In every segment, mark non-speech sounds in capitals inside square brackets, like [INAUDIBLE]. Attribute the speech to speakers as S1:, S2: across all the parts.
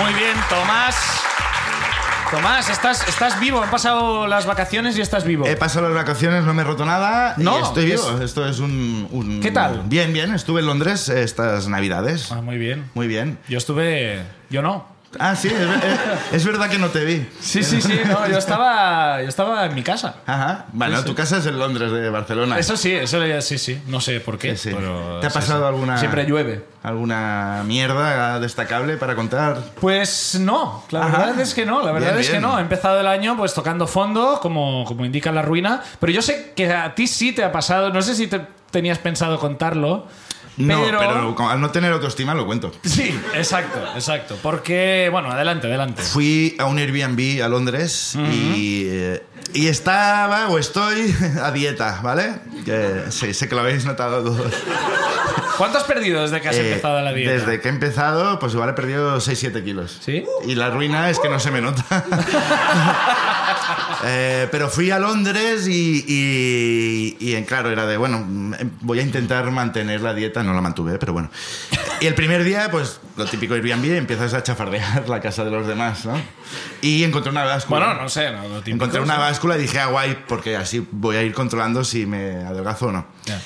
S1: Muy bien, Tomás. Tomás, estás, estás vivo. Han pasado las vacaciones y estás vivo.
S2: He pasado las vacaciones, no me he roto nada.
S1: No,
S2: y estoy
S1: es-
S2: vivo. Esto es un, un-
S1: ¿Qué tal?
S2: Bien, bien. Estuve en Londres estas navidades.
S1: Ah, muy bien.
S2: Muy bien.
S1: Yo estuve. Yo no.
S2: Ah, sí, es, ver- es verdad que no te vi.
S1: Sí, sí, sí. [LAUGHS] No, yo estaba. Yo estaba en mi casa.
S2: Ajá. Bueno,
S1: Sí, sí.
S2: tu casa es en Londres, de Barcelona.
S1: Eso sí, eso ya- sí, sí. No sé por qué.
S2: Ah. Sí, sí.
S1: pero-
S2: ¿Te ha
S1: sí,
S2: pasado
S1: sí.
S2: alguna-
S1: Siempre llueve.
S2: ¿Alguna mierda destacable para contar?
S1: Pues no, la
S2: Ajá.
S1: verdad es que no, la verdad
S2: Bien,
S1: es que
S2: bien.
S1: no. He empezado el año pues tocando fondo, como, como indica la ruina, pero yo sé que a ti sí te ha pasado, no sé si te tenías pensado contarlo,
S2: No,
S1: pero...
S2: pero como al no tener autoestima lo cuento.
S1: Sí, exacto, exacto. Porque, bueno, adelante, adelante.
S2: Fui a un Airbnb a Londres y, eh, y estaba o estoy [LAUGHS] a dieta, ¿vale? Que, sí, sé que lo habéis notado todos.
S1: ¿Cuánto has perdido desde que has
S2: Eh,
S1: empezado la dieta?
S2: Desde que he empezado, pues igual he perdido 6-7 kilos.
S1: ¿Sí?
S2: Y la ruina es que no se me nota.
S1: [LAUGHS]
S2: Eh, pero fui a Londres y, y- y, eh, claro, era de, bueno, mm, voy a intentar mantener la dieta. No la mantuve, pero bueno. Y el primer día, pues lo típico Airbnb, empiezas a chafardear la casa de los demás, ¿no? Y encontré una báscula.
S1: Bueno, no sé, no, lo típico,
S2: Encontré una
S1: sí.
S2: báscula y dije, ah, guay, porque así voy a ir controlando si me adelgazo o no.
S1: Ya.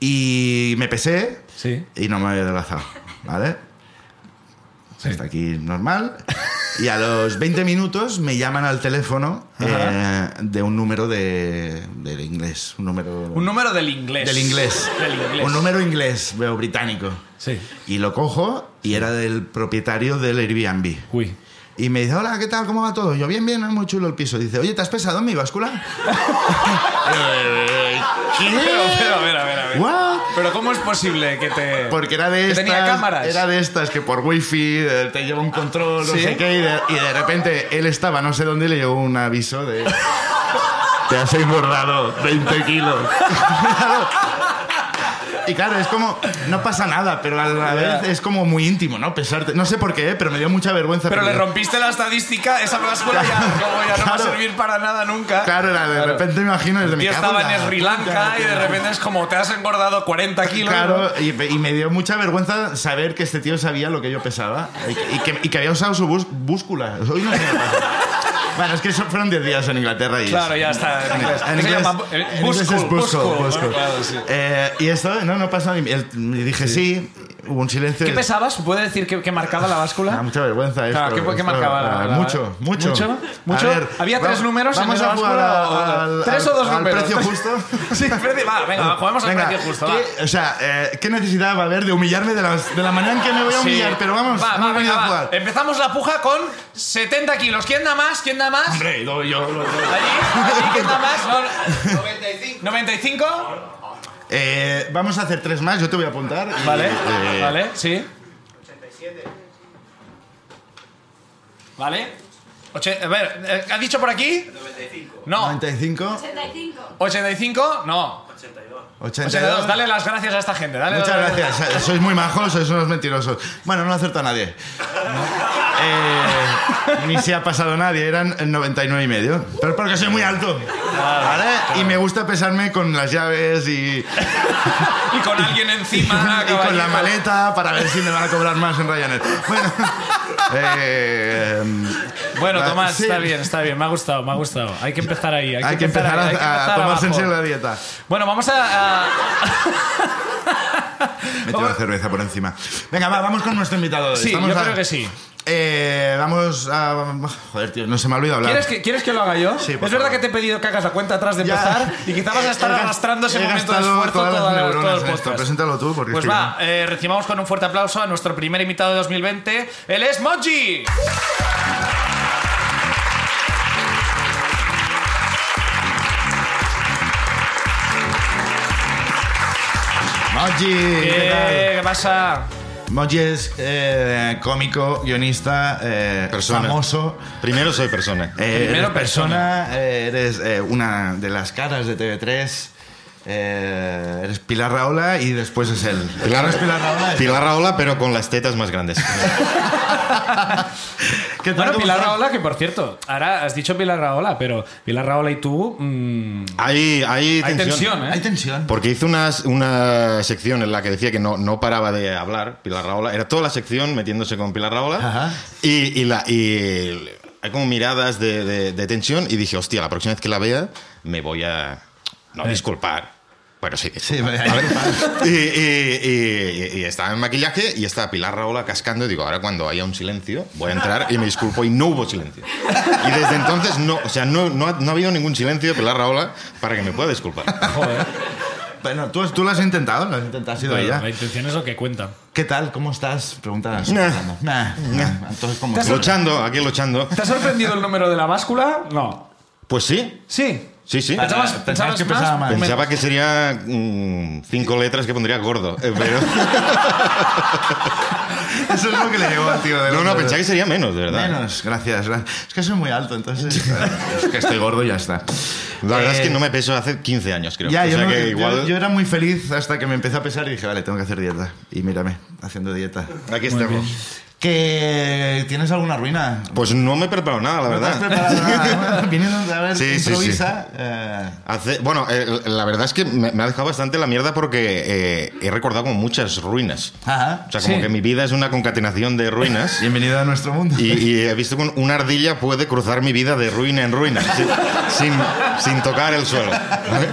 S2: Y me pesé
S1: Sí.
S2: y no me había adelgazado, ¿vale?
S1: Sí.
S2: Hasta aquí normal. Y a los 20 minutos me llaman al teléfono eh, de un número de, del inglés. Un número,
S1: Un número del inglés.
S2: del inglés.
S1: Del inglés.
S2: Un número inglés, veo, británico.
S1: Sí.
S2: Y lo cojo y era del propietario del Airbnb.
S1: Uy.
S2: Y me dice, hola, ¿qué tal? ¿Cómo va todo? Yo, bien, bien, muy chulo el piso. Dice, oye, ¿te has pesado en mi báscula?
S1: [LAUGHS] Pero, pero, a ver, a ver, a ver.
S2: ¿What?
S1: Pero ¿cómo es posible que te...
S2: Porque era de
S1: que
S2: estas.
S1: tenía cámaras.
S2: Era de estas que por wifi eh, te lleva un control, no
S1: ¿Sí?
S2: sé qué, y de, y de repente él estaba no sé dónde y le llegó un aviso de. Te has engordado 20 kilos. [LAUGHS] Y claro, es como, no pasa nada, pero a la
S1: Ya.
S2: vez es como muy íntimo, ¿no? Pesarte. No sé por qué, pero me dio mucha vergüenza.
S1: Pero le
S2: perder.
S1: rompiste la estadística, esa báscula ya, como ya no va a
S2: Claro.
S1: servir para nada nunca.
S2: Claro, era de
S1: Claro.
S2: repente me imagino desde mi
S1: Yo
S2: casa.
S1: estaba en Sri Lanka y de repente es como te has engordado 40 kilos.
S2: Claro,
S1: ¿no?
S2: y, y me dio mucha vergüenza saber que este tío sabía lo que yo pesaba y que, y que- y que había usado su bus- búscula. Hoy no sé qué me pasa. Bueno, es que son- fueron 10 días en Inglaterra y...
S1: Claro, ya está. En inglés.
S2: En
S1: Se
S2: inglés,
S1: llama bu-
S2: en
S1: eh,
S2: inglés
S1: busco,
S2: es busco,
S1: busco.
S2: busco.
S1: Claro, sí.
S2: Eh, y esto, no, no pasa ni... el- Y dije sí, hubo un silencio...
S1: ¿Qué
S2: y-
S1: pesabas? ¿Puede decir que, marcaba la
S2: Me da
S1: báscula?
S2: mucha vergüenza esto.
S1: Claro, ¿qué- qué
S2: esto,
S1: marcaba la-
S2: ah,
S1: la-
S2: mucho, mucho.
S1: ¿Mucho?
S2: A
S1: ¿Mucho? ¿Había tres
S2: va-
S1: números en
S2: Vamos
S1: la
S2: a jugar
S1: báscula o-
S2: a- al-
S1: ¿Tres o dos
S2: al-
S1: números?
S2: Al
S1: [LAUGHS]
S2: precio justo.
S1: [LAUGHS] Sí, precio- va, venga, Ah, jugamos al
S2: Eh, Venga,
S1: precio justo. va.
S2: ¿qué- o sea, eh, ¿qué necesidad va a haber de humillarme de, las- de la manera en que me voy a
S1: Sí.
S2: humillar? Pero vamos,
S1: Va,
S2: hemos
S1: va, venga,
S2: venido a
S1: va. Eh,
S2: jugar.
S1: Empezamos la puja con 70 kilos. ¿Quién da más? ¿Quién da más?
S2: Hombre, no, yo- no, no.
S1: Allí, allí, ¿quién da más? No, 95. 95.
S2: Eh, vamos a hacer tres más, yo te voy a apuntar. y,
S1: Vale,
S2: eh,
S1: vale, sí. 87. Vale. Oche- a ver, eh, ¿ha dicho por aquí? 95. No,
S2: 95,
S3: 85.
S1: 85, no.
S2: 82.
S1: 82, dale las gracias a esta gente. Dale,
S2: Muchas
S1: dale, dale.
S2: gracias, eh, sois muy majos, sois unos mentirosos. Bueno, no acertó a nadie. Eh, ni se ha pasado nadie, eran 99 y medio. Pero es porque soy muy alto. ¿vale? Y me gusta pesarme con las llaves y,
S1: Y con alguien encima.
S2: [LAUGHS] y con la
S1: caballito.
S2: maleta para ver si me van a cobrar más en Ryanair. Bueno, [LAUGHS] eh,
S1: Bueno,
S2: la-
S1: Tomás,
S2: sí,
S1: está bien, está bien. Me ha gustado, me ha gustado. Hay que empezar ahí. Hay,
S2: Hay que empezar a,
S1: ahí, hay que
S2: a
S1: empezar
S2: tomarse en
S1: abajo.
S2: serio la dieta.
S1: Bueno, vamos
S2: [LAUGHS]
S1: a. a-
S2: Mete la cerveza por encima. Venga, va, vamos con nuestro invitado. de hoy.
S1: Sí,
S2: Estamos
S1: yo
S2: a-
S1: creo que sí.
S2: Eh, vamos a... Joder, tío, no se me ha olvidado hablar.
S1: ¿Quieres que, ¿Quieres que lo haga yo?
S2: Sí,
S1: es
S2: por
S1: verdad
S2: favor.
S1: que te he pedido que hagas la cuenta atrás de
S2: Ya.
S1: empezar y quizá vas a estar
S2: He gas-
S1: arrastrando ese
S2: he
S1: momento de
S2: gastado
S1: esfuerzo
S2: todas las
S1: toda la-
S2: neuronas
S1: todo el
S2: en esto.
S1: podcast.
S2: Preséntalo tú, porque
S1: Pues
S2: es que
S1: va, eh, recibamos con un fuerte aplauso a nuestro primer invitado de 2020. Él es Moji.
S2: Moji, ¿qué tal?
S1: Eh, ¿Qué pasa?
S2: Moji es eh, cómico, guionista, eh,
S4: Persona.
S2: famoso.
S4: Primero soy persona.
S2: Eh,
S1: Primero
S2: eres persona, eh, eres eh, una de las caras de TV3. eh, eres Pilar Raola y después es él.
S3: Pilar,
S2: Eres Pilar Raola.
S3: Pilar Raola, pero con las tetas más grandes.
S2: ¿Qué tal?
S1: Bueno,
S2: ¿Cómo
S1: Pilar
S2: estás?
S1: Raola, que por cierto, ahora has dicho Pilar Raola, pero Pilar Raola y tú. mm,
S3: Hay,
S1: hay
S3: hay, tensión.
S1: tensión, ¿eh?
S2: Hay tensión.
S3: Porque hizo unas- una sección en la que decía que no, no paraba de hablar Pilar Raola. Era toda la sección metiéndose con Pilar Raola.
S2: Ajá.
S3: Y, y la, y hay como miradas de, de- de tensión. Y dije, hostia, la próxima vez que la vea me voy a... No, disculpar. Bueno, sí.
S2: Eh. Sí,
S3: disculpar.
S2: vale,
S3: ¿Vale? [LAUGHS] y, y- y- y- y estaba en maquillaje y está Pilar Raola cascando. Y digo, ahora cuando haya un silencio voy a entrar y me disculpo. Y no hubo silencio. Y desde entonces no, o sea, no, no ha, no ha habido ningún silencio de Pilar Raola para que me pueda disculpar.
S1: [LAUGHS] joder.
S2: Bueno, tú, tú lo has intentado, lo has intentado, ha sido
S1: Bueno,
S2: ella.
S1: la intención es lo que cuenta.
S2: ¿Qué tal? ¿Cómo estás? Pregunta a la
S3: Nah.
S2: Susana. Nah, nah. Entonces, ¿cómo
S1: ¿Te has
S2: tú?
S3: Luchando, aquí luchando.
S1: ¿Te ha sorprendido el número de la báscula? No.
S3: Pues sí,
S1: Sí.
S3: sí, sí.
S1: ¿Pensabas,
S2: Pensaba- Pensabas
S1: pensabas
S2: que pensaba
S1: más?
S2: más.
S3: Pensaba que sería mm, cinco letras que pondría gordo. eh,
S2: [LAUGHS]
S3: Pero...
S2: [LAUGHS] Eso es lo que le llegó al tío. de
S3: No, no,
S2: Londres.
S3: pensaba que sería menos, de verdad.
S2: Menos, gracias, gracias. Es que soy muy alto,
S3: [LAUGHS]
S2: entonces. es que estoy gordo y ya está.
S3: La verdad es que
S2: Eh,
S3: no me peso hace 15 años, creo.
S2: Ya,
S3: o
S2: yo,
S3: sea
S2: no-
S3: que
S2: yo-
S3: igual.
S2: yo era muy feliz hasta que me empezó a pesar y dije, vale, tengo que hacer dieta. Y mírame, haciendo dieta.
S3: Aquí
S1: Muy
S3: estamos.
S1: bien.
S2: ¿Que tienes alguna ruina?
S3: Pues no me he preparado nada, la
S2: ¿No te has
S3: verdad.
S2: preparado nada?
S3: [LAUGHS]
S2: Viniendo a ver,
S3: Sí, sí, sí.
S2: improvisa. eh,
S3: Hace- bueno, eh, la verdad es que me, me ha dejado bastante la mierda porque eh, he recordado como muchas ruinas.
S2: ajá.
S3: O sea, como
S1: Sí.
S3: que mi vida es una concatenación de ruinas.
S2: Bienvenido a nuestro mundo.
S3: Y, y he visto que una ardilla puede cruzar mi vida de ruina en ruina, sin, sin, sin tocar el suelo. ¿vale?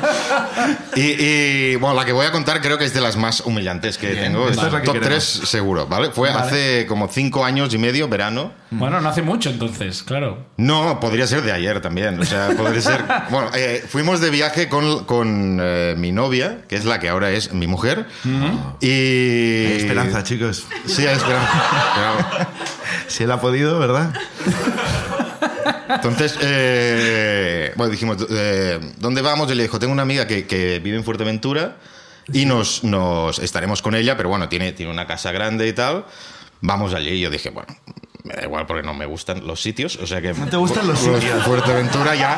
S3: Y, y, bueno, la que voy a contar creo que es de las más humillantes que
S2: Bien,
S3: tengo.
S2: esta es la que
S3: top
S2: queremos.
S3: 3 seguro, ¿vale? Fue hace como cinco años y medio, verano.
S1: Bueno, no hace mucho entonces, claro.
S3: No, podría ser de ayer también. O sea, podría ser. Bueno, eh, fuimos de viaje con, con, eh, mi novia, que es la que ahora es mi mujer. Y.
S2: Hay Esperanza, chicos.
S3: Sí, hay esperanza. Claro.
S2: Si él ha podido, ¿verdad?
S3: Entonces, eh, bueno, dijimos, eh, ¿dónde vamos? Y le dijo, tengo una amiga que, que vive en Fuerteventura y nos, nos estaremos con ella, pero bueno, tiene, tiene una casa grande y tal. Vamos allí. Y yo dije, bueno, me da igual porque no me gustan los sitios. O sea que...
S2: No te gustan los
S3: Fu-
S2: sitios.
S3: Fuerteventura ya,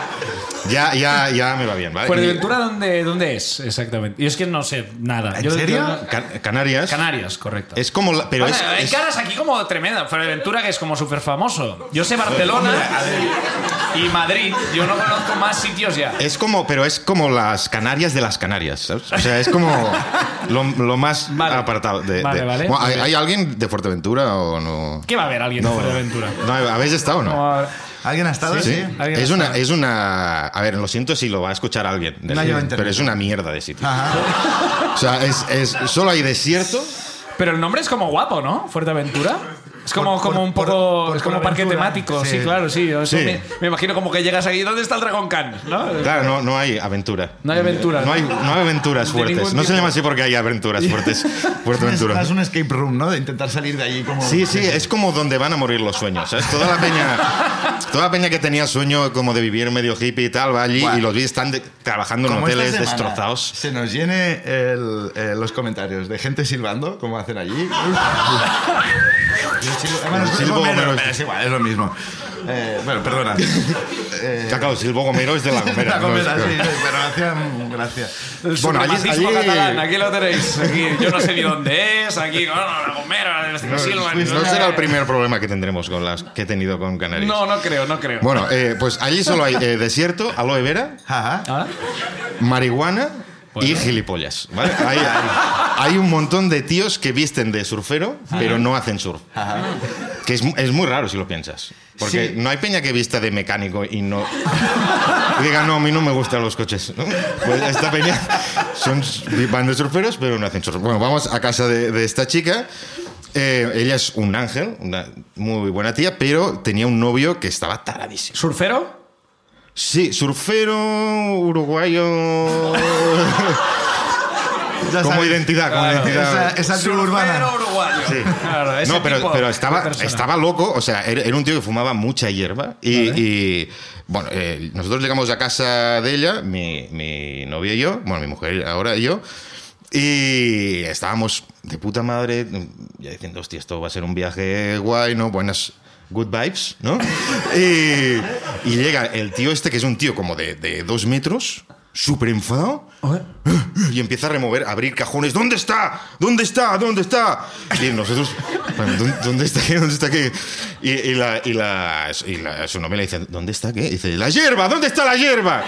S3: ya, ya, ya me va bien, ¿vale?
S1: Fuerteventura, ¿dónde, ¿dónde es exactamente? Yo es que no sé nada.
S2: ¿En
S1: Yo- yo
S2: serio?
S1: no-
S3: Y Can- Canarias.
S1: Canarias, correcto.
S3: Es como... la- pero
S1: Bueno,
S3: es-
S1: hay
S3: es-
S1: caras aquí como tremenda. Fuerteventura, que es como súper famoso. Yo sé Barcelona y Madrid. Yo no conozco más sitios ya.
S3: Es como, pero es como las Canarias de las Canarias, ¿sabes? O sea, es como lo, lo más
S1: Vale.
S3: apartado de.
S1: Vale,
S3: de-
S1: vale.
S3: Bueno, ¿hay,
S1: Muy bien.
S3: hay alguien de Fuerteventura o no?
S1: ¿Qué va a haber alguien en Fuerteventura?
S3: No, ¿habéis estado o no?
S1: No, a ver.
S2: ¿Alguien ha estado?
S3: Sí.
S1: Alguien
S3: Es
S1: ha
S3: una,
S1: estado.
S3: es una. A ver, lo siento si lo va a escuchar alguien. del-
S2: No lleva
S3: pero
S2: internet.
S3: es una mierda de sitio.
S2: Ajá.
S1: Ah.
S3: O sea, es, es- solo hay desierto.
S1: Pero el nombre es como guapo, ¿no? Fuerteventura. Es como,
S2: Por-
S1: como
S2: por-
S1: un poco.
S2: por-
S1: es como
S2: por
S1: parque
S2: Fuerteventura.
S1: temático. Sí,
S2: Sí.
S1: claro, sí. Yo eso
S3: Sí.
S1: Me, me imagino como que llegas aquí. ¿Dónde está el Dragon Khan? ¿No?
S3: Claro, no, no hay aventura.
S1: No hay aventura.
S3: No hay, no hay aventuras
S1: De
S3: fuertes.
S1: ningún
S3: No se
S1: tipo.
S3: llama así porque hay aventuras
S1: [LAUGHS]
S3: fuertes.
S2: Es,
S3: Fuerteventura.
S2: es un escape room, ¿no? De intentar salir de allí como...
S3: Sí, sí, es como donde van a morir los sueños, ¿sabes? Toda la peña, toda la peña que tenía sueño como de vivir medio hippie y tal, va allí
S2: Guau.
S3: y los vi están de- trabajando en
S2: Como esta
S3: hoteles
S2: semana
S3: destrozados.
S2: Se nos llene el- eh, los comentarios de gente silbando, como hacen
S3: [LAUGHS]
S2: allí. Yo silbo- bueno, es
S3: Silbo
S2: Homero,
S3: Homero.
S2: pero es igual, es lo mismo. Eh, bueno,
S3: [LAUGHS]
S2: perdona. Eh,
S3: Ya, claro, Silvo Gomero es de La Gomera.
S2: [LAUGHS] la
S3: ¿no?
S2: gomera,
S3: Es-
S2: sí, pero hacían gracia.
S1: El
S3: Bueno, allí-
S1: supremacismo
S3: allí-
S1: catalán, aquí lo tenéis. Aquí, yo no sé ni dónde es. Aquí, no, no, la gomera, los que silban,
S3: Pues no
S1: sé.
S3: será el primer problema que tendremos con las que he tenido con Canarias.
S1: No, no creo, no creo.
S3: Bueno, eh, pues allí solo hay eh, desierto, aloe vera,
S2: Ajá.
S1: ¿Ah?
S3: marihuana y gilipollas. ¿vale? Hay, hay un montón de tíos que visten de surfero, pero no hacen surf. Que es, mu- es muy raro si lo piensas. Porque
S2: Sí.
S3: no hay peña que vista de mecánico y no. y diga, no, a mí no me gustan los coches. ¿no? Pues esta peña son, van de surferos, pero no hacen surf. Bueno, vamos a casa de, de esta chica. Eh, ella es un ángel, una muy buena tía, pero tenía un novio que estaba taradísimo.
S1: ¿Surfero?
S3: Sí, surfero, uruguayo.
S2: Ya
S3: como
S2: sabes,
S3: identidad, como
S1: Claro.
S3: identidad.
S2: Esa, esa tribu urbana.
S1: Surfero uruguayo.
S3: Sí.
S1: [LAUGHS] Claro, ese
S3: no, pero,
S1: tipo
S3: pero
S1: de
S3: estaba,
S1: persona.
S3: estaba loco, o sea, era, era un tío que fumaba mucha hierba y, y, bueno, eh, nosotros llegamos a casa de ella, mi, mi novia y yo, bueno, mi mujer ahora y yo, y estábamos de puta madre, ya diciendo, hostia, esto va a ser un viaje guay, ¿no? Buenas... Good vibes,
S1: [LAUGHS]
S3: ¿no? y, y llega el tío este, que es un tío como de, de dos metros, súper enfadado,
S1: Oye,
S3: y empieza a remover, a abrir cajones. ¿Dónde está? ¿Dónde está? ¿Dónde está? Y nosotros, ¿dónde, dónde está qué? ¿Dónde está qué? Y, y la, y, la, y la- su novia le dice, ¿dónde está qué? Y dice, la hierba, ¿dónde está la hierba?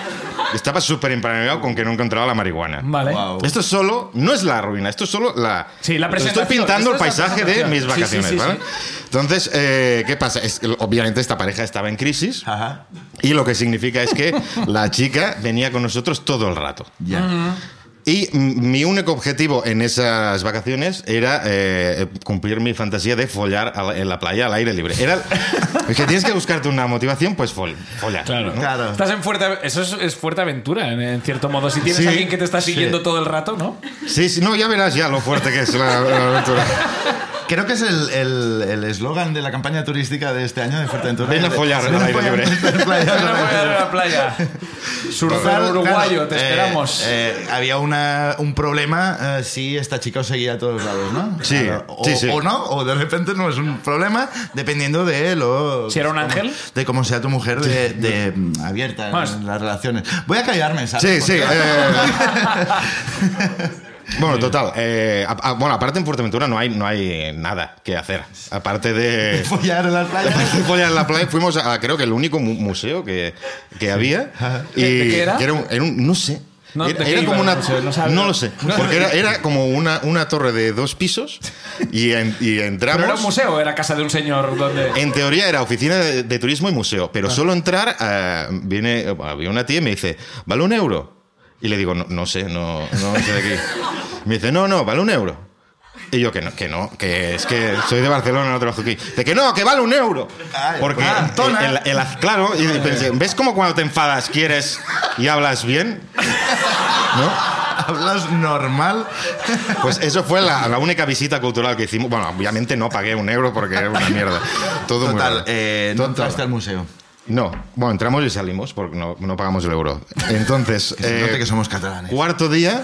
S3: Estaba súper empañado con que no encontraba la marihuana.
S1: Vale.
S2: Guau.
S3: Esto es solo, no es la ruina, esto es solo la.
S1: Sí, la presentación.
S3: Estoy pintando el
S1: Esto es la
S3: paisaje de
S1: presentación.
S3: mis
S1: Sí,
S3: vacaciones,
S1: sí, sí,
S3: ¿vale? Entonces, eh, ¿qué pasa? Es que, obviamente esta pareja estaba en crisis
S1: Ah.
S2: Ajá.
S3: y lo que significa es que la chica venía con nosotros todo el rato.
S2: Ya.
S3: Mm. Y m- mi único objetivo en esas vacaciones era eh, cumplir mi fantasía de follar a la- en la playa al aire libre. Era, es que tienes que buscarte una motivación, pues fol- follar.
S1: Claro.
S3: ¿no?
S2: Claro.
S1: Estás en fuerte. Eso es, es fuerte aventura, en, en cierto modo. Si tienes
S3: Sí,
S1: a alguien que te está
S3: sí.
S1: siguiendo todo el rato,
S2: [LAUGHS]
S1: ¿no?
S3: Sí, sí, no, ya verás ya lo fuerte que es la, la aventura.
S2: Creo que es el- el el eslogan de la campaña turística de este año de Fuerteventura.
S3: Ven a follar
S2: Ven
S3: al aire
S2: follar. [LAUGHS]
S3: libre.
S2: Ven a follar al
S1: Pero voy
S2: aire
S1: a
S2: libre.
S1: la playa. Surfar
S2: Claro,
S1: uruguayo,
S2: claro.
S1: te
S2: Eh,
S1: esperamos.
S2: eh, había una- un problema eh, si esta chica os seguía a todos lados, ¿no?
S3: Sí,
S2: Claro. o,
S3: sí, sí.
S2: o no, o de repente no es un problema, dependiendo de lo.
S1: Si era un
S2: cómo-
S1: ángel.
S2: De cómo sea tu mujer de, de, mm, abierta
S1: Bueno,
S2: en las relaciones. Voy a callarme, ¿sabes?
S3: Sí,
S2: Porque-
S3: sí. eh, bueno, total. eh, a- a- bueno, aparte en Fuerteventura no hay, no hay nada que hacer. Aparte
S2: [LAUGHS]
S3: de.
S2: Follar
S3: [LAUGHS]
S2: en las
S1: [LAUGHS]
S2: playas.
S3: de follar en la playa, fuimos a, a creo que el único mu- museo que, que había. Y
S1: ¿Qué- de qué era?
S3: que un, era un- no sé.
S1: No,
S3: era
S1: ¿de qué
S3: era
S1: iba
S3: como
S1: el
S3: una.
S1: museo? No sabes.
S3: no lo sé. Porque era, era como una, una torre de dos pisos y, en- y entramos.
S1: Pero era un museo, era casa de un señor donde.
S2: Eh,
S3: En teoría era oficina de, de turismo y museo, pero solo entrar, eh, viene, había una tía y me dice, ¿vale un euro? Y le digo, no, no sé, no, no sé de qué. Me dice, no, no, vale un euro. Y yo, que no, que no, que es que soy de Barcelona, no trabajo aquí. De que no, que vale un euro.
S2: Ay,
S3: Porque,
S2: ah, tona.
S3: el- el- el- claro, y pensé, ¿ves cómo cuando te enfadas quieres y hablas bien? ¿No?
S2: Hablas normal.
S3: Pues eso fue la, la única visita cultural que hicimos. Bueno, obviamente no pagué un euro porque era una mierda. Todo muy
S2: Total,
S3: raro.
S2: eh, no
S3: Total.
S2: entraste al museo.
S3: No, bueno, entramos y salimos porque no, no pagamos el euro. Entonces,
S2: Que se
S3: eh,
S2: note que somos catalanes.
S3: cuarto día,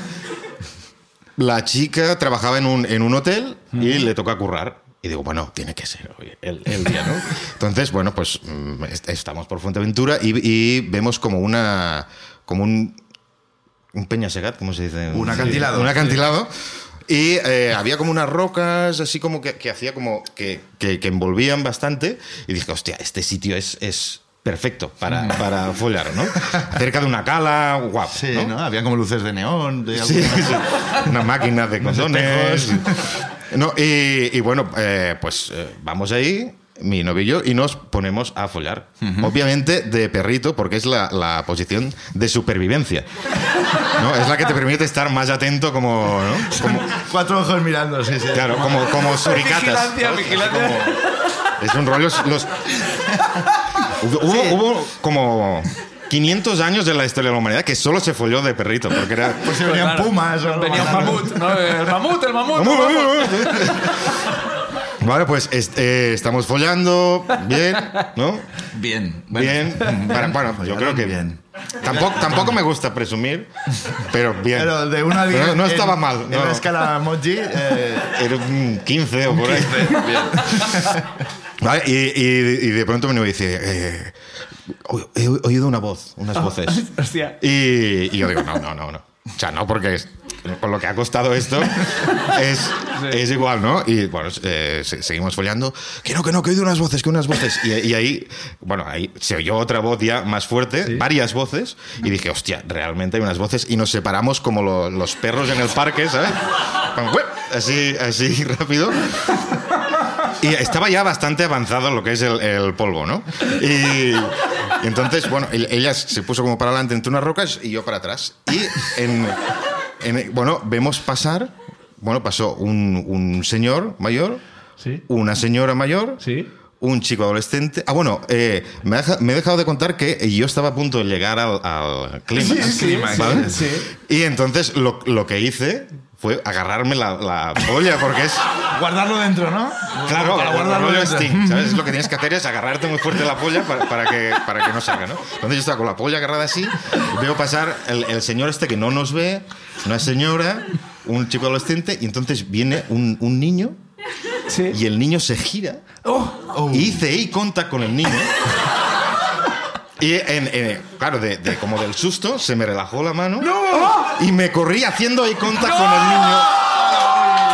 S3: la chica trabajaba en un, en un hotel y le toca currar. Y digo, bueno, tiene que ser hoy el, el día, ¿no? Entonces, bueno, pues mm, est- estamos por Fuenteventura y, y vemos como una. como un. un peñasegat, ¿cómo se dice?
S2: Un acantilado.
S3: Un acantilado. Y eh, había como unas rocas así como que, que hacía como que, que- que envolvían bastante. Y dije, hostia, este sitio es, es perfecto para, para follar, ¿no? Cerca de una cala, guapo.
S2: Sí,
S3: ¿no?
S2: ¿no? Había como luces de neón. de
S3: Sí,
S2: algo-
S3: sí. Una
S1: [LAUGHS]
S3: máquina de condones. No, y, y bueno, eh, pues eh, vamos ahí, mi novio y yo, y nos ponemos a follar. Obviamente de perrito, porque es la, la posición de supervivencia. ¿no? Es la que te permite estar más atento como... ¿no? como
S2: Cuatro ojos mirando,
S1: Pues
S2: sí, sí.
S3: claro, como, como suricatas.
S1: Vigilancia,
S3: ¿sabes? Así
S1: vigilancia.
S3: como- es un rollo... Los, hubo, hubo- hubo como... 500 años de la historia de la humanidad que solo se folló de perrito, porque era...
S2: Pues se
S1: Pero
S2: venían
S1: claro,
S2: pumas. o algo
S1: Venía un
S2: matando.
S1: mamut, ¿no? El mamut, el mamut.
S3: Vamos, vamos, vamos. Vale, pues est- eh, estamos follando, bien, ¿no?
S2: Bien.
S3: Bien. Para- bueno, yo
S2: follaron
S3: creo que
S2: bien.
S3: Tampoco, tampoco me gusta presumir, pero bien.
S2: Pero de una a diez,
S3: No, no
S2: en-
S3: estaba mal.
S2: En
S3: no.
S2: la escala Moji, eh,
S3: Era un 15 o por ahí. Vale, y, y- y de pronto me dice, eh, he, he oído una voz, unas voces.
S1: [LAUGHS] Hostia.
S3: Y, y yo digo, no, no, no, no. O sea, no, porque es- con lo que ha costado esto es, es igual, ¿no? Y bueno, eh, se- seguimos follando. Que no, que no, que he oído unas voces, que unas voces. Y, y ahí, bueno, ahí se oyó otra voz ya más fuerte, varias voces, y dije, hostia, realmente hay unas voces. Y nos separamos como lo- los perros en el parque, ¿sabes? Como, "Uep", Así, así [LAUGHS] rápido. Y estaba ya bastante avanzado lo que es el, el polvo, ¿no? Y, y entonces, bueno, el- ella se puso como para adelante entre unas rocas y yo para atrás. Y, en, en- bueno, vemos pasar, bueno, pasó un, un señor mayor,
S1: Sí.
S3: una señora mayor,
S1: Sí.
S3: un chico adolescente. Ah, bueno, eh, me, ha deja- me he dejado de contar que yo estaba a punto de llegar al, al clímax.
S1: Sí, sí,
S3: ¿vale?
S1: sí, sí.
S3: Y entonces lo, lo que hice fue agarrarme la, la polla, porque es...
S2: guardarlo dentro, ¿no?
S3: Ah, Claro,
S2: para
S3: el
S2: guardarlo
S3: rollo
S2: dentro.
S3: Sting, ¿sabes? Lo que tienes que hacer es agarrarte muy fuerte la polla para, para que, para que no salga, ¿no? Entonces yo estaba con la polla agarrada así, veo pasar el, el señor este que no nos ve, una señora, un chico adolescente, y entonces viene un, un niño
S1: Sí.
S3: y el niño se gira
S1: Oh,
S3: y hice y conta con el niño. Y en, en- claro, de, de- como del susto, se me relajó la mano. y me corrí haciendo ahí conta con el niño.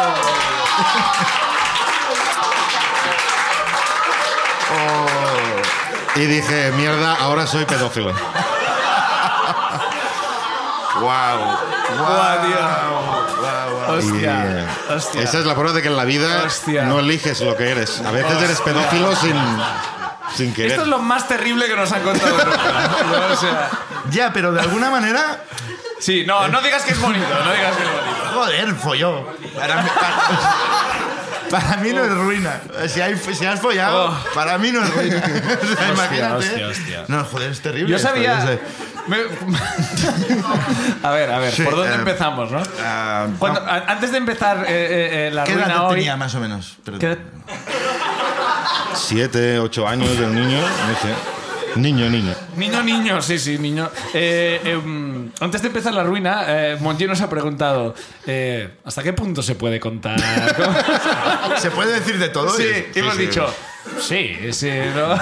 S3: Oh. Y dije, mierda, ahora soy pedófilo.
S2: ¡Guau!
S1: Guau, tío.
S2: ¡Guau,
S3: Y, eh,
S1: Hostia. Hostia.
S3: Esa es la prueba de que en la vida
S1: Hostia.
S3: no eliges lo que eres. A veces eres pedófilo sin, sin querer.
S1: Esto es lo más terrible que nos han contado. [LAUGHS] nunca. O sea,
S2: Ya, pero de alguna manera.
S1: sí, no, no digas que es bonito, no digas que es bonito.
S2: Joder, folló. Para mí, para- para mí no es ruina. Si, hay- si has follado,
S1: Oh.
S2: para mí no es
S3: [LAUGHS]
S2: ruina. O sea, imagínate.
S1: hostia, hostia.
S2: No, joder, es terrible.
S1: Yo
S2: esto, no
S1: sabía.
S2: sé.
S1: Me- [LAUGHS] a ver, a ver,
S2: Sí,
S1: ¿por dónde
S2: eh,
S1: empezamos, no?
S2: Ah,
S1: Cuando-
S2: no.
S1: a- antes de empezar eh, eh, eh, la
S2: ¿Qué edad
S1: ruina hoy.
S2: tenía más o menos? Perdón.
S1: ¿Qué edad?
S3: Siete, ocho años del niño. No sé. Niño, niño.
S1: Niño, niño, sí, sí, niño. Eh, eh, mm, antes de empezar la ruina, eh, Montiel nos ha preguntado: eh, ¿hasta qué punto se puede contar?
S2: ¿Se puede decir de todo?
S1: Sí,
S2: Y-
S1: hemos
S2: sí.
S1: dicho. Sí, sí, ¿no?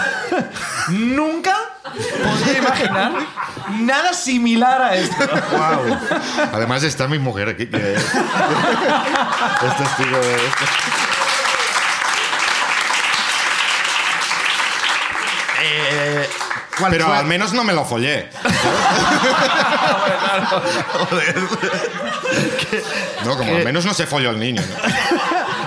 S1: [LAUGHS] Nunca podría imaginar nada similar a esto.
S2: Guau.
S3: Además está mi mujer aquí.
S1: [LAUGHS]
S3: que- es testigo de esto.
S2: Eh, ¿cuál
S3: Pero
S2: fue?
S3: al menos no me lo
S1: [LAUGHS]
S3: follé.
S1: Ah,
S3: No, como al menos no se folló el niño. ¿no?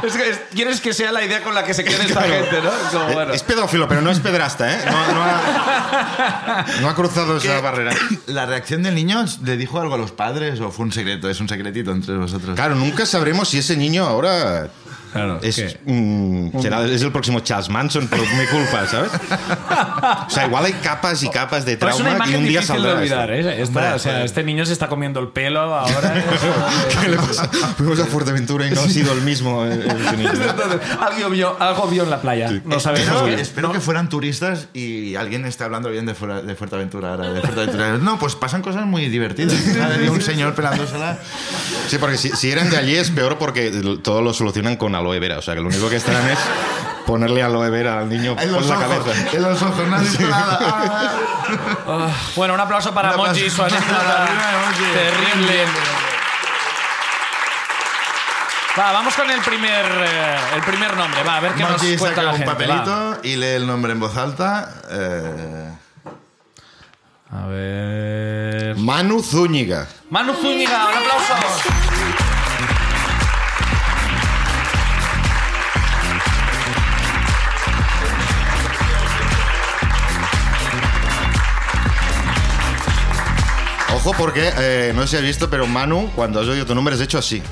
S1: Es que es- quieres que sea la idea con la que se quede esta
S3: Claro.
S1: gente, ¿no? Es como, bueno.
S3: Es pedófilo, pero no es pedrasta, ¿eh? No, no ha, no ha cruzado esa
S2: ¿Qué?
S3: barrera.
S2: ¿La reacción del niño le dijo algo a los padres o fue un secreto? Es un secretito entre vosotros.
S3: Claro, nunca sabremos si ese niño ahora es, mm, será- es el próximo Charles Manson por mi culpa, ¿sabes? O sea, igual hay capas y capas de
S1: Pero es una
S3: trauma que
S1: imagen
S3: un día
S1: difícil de
S3: saldrá. esto.
S1: olvidar, ¿eh? Esta-
S2: Hombre,
S1: o sea,
S2: joder.
S1: este niño se está comiendo el pelo
S2: [LAUGHS]
S1: ahora. es como
S3: ¿Qué le pasa? Fuimos a Fuerteventura y no ha sido el mismo. eh, ese niño.
S1: que- Entonces, algo vio, algo vio en la playa. No sabemos
S2: Espero,
S1: qué.
S2: espero que fueran turistas y alguien esté hablando bien de, fuera- de Fuerteventura ahora. de Fuerteventura. No, pues pasan cosas muy divertidas. Ha venido un señor pelándosela.
S3: Sí, porque si, si eran de allí es peor porque l- todo lo solucionan con aloe vera. O sea, que lo único que estarán es ponerle aloe vera al niño
S2: En
S3: por
S2: los
S3: la
S2: ojos.
S3: cabeza.
S2: En los ojos. No ha dicho nada. Ah.
S1: Ah, bueno, un aplauso para
S2: Un aplauso.
S1: Monchi y su
S2: [LAUGHS] Para
S1: anécdota
S2: Monchi.
S1: terrible. Va, vamos con el primer, eh, el primer nombre. Va, a ver qué
S2: Monchi
S1: nos cuenta
S2: saca
S1: la
S2: un
S1: gente.
S2: papelito y lee el nombre en voz alta. Eh,
S1: va. A ver.
S3: Manu Zúñiga.
S1: Manu Zúñiga, un aplauso.
S3: Ojo porque, eh, no sé si has visto, pero Manu, cuando has oído tu nombre, es hecho así.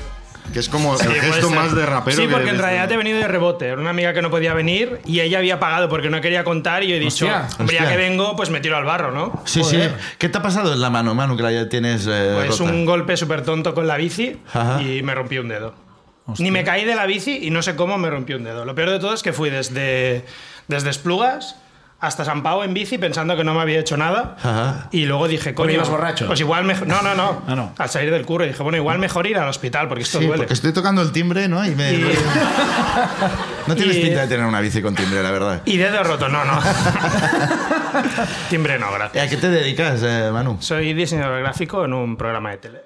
S3: Que es como el gesto
S4: ser.
S3: más de rapero.
S4: sí,
S3: que-
S4: porque en
S3: de-
S4: realidad he venido de rebote. Era una amiga que no podía venir y ella había pagado porque no quería contar y yo he dicho,
S1: Hostia,
S4: hombre, ya
S2: hostia.
S4: que vengo, pues me tiro al barro, ¿no?
S2: Sí,
S1: Joder.
S2: sí. ¿Qué te ha pasado en la mano, Manu, que la ya tienes eh,
S4: Pues
S2: rota?
S4: un golpe súper tonto con la bici
S2: Ajá.
S4: y me rompí un dedo. Ni me caí de la bici y no sé cómo me rompí un dedo. Lo peor de todo es que fui desde, desde Esplugas hasta San Pau en bici pensando que no me había hecho nada.
S2: Ajá.
S4: Y luego dije, coño.
S1: Porque ibas borracho.
S4: Pues igual mejor. No, no, no.
S1: Ah, no.
S4: Al salir del curro dije, bueno, igual mejor ir al hospital porque esto
S2: Sí,
S4: duele.
S2: porque estoy tocando el timbre, ¿no? Y me-
S3: [LAUGHS]
S4: Y-
S2: no tienes
S4: y-
S2: pinta de tener una bici con timbre, la verdad.
S4: Y dedo roto, no, [LAUGHS] no. Timbre no,
S2: ¿Y
S4: gracias.
S2: ¿A qué te dedicas, eh, Manu?
S4: Soy diseñador gráfico en un programa de tele.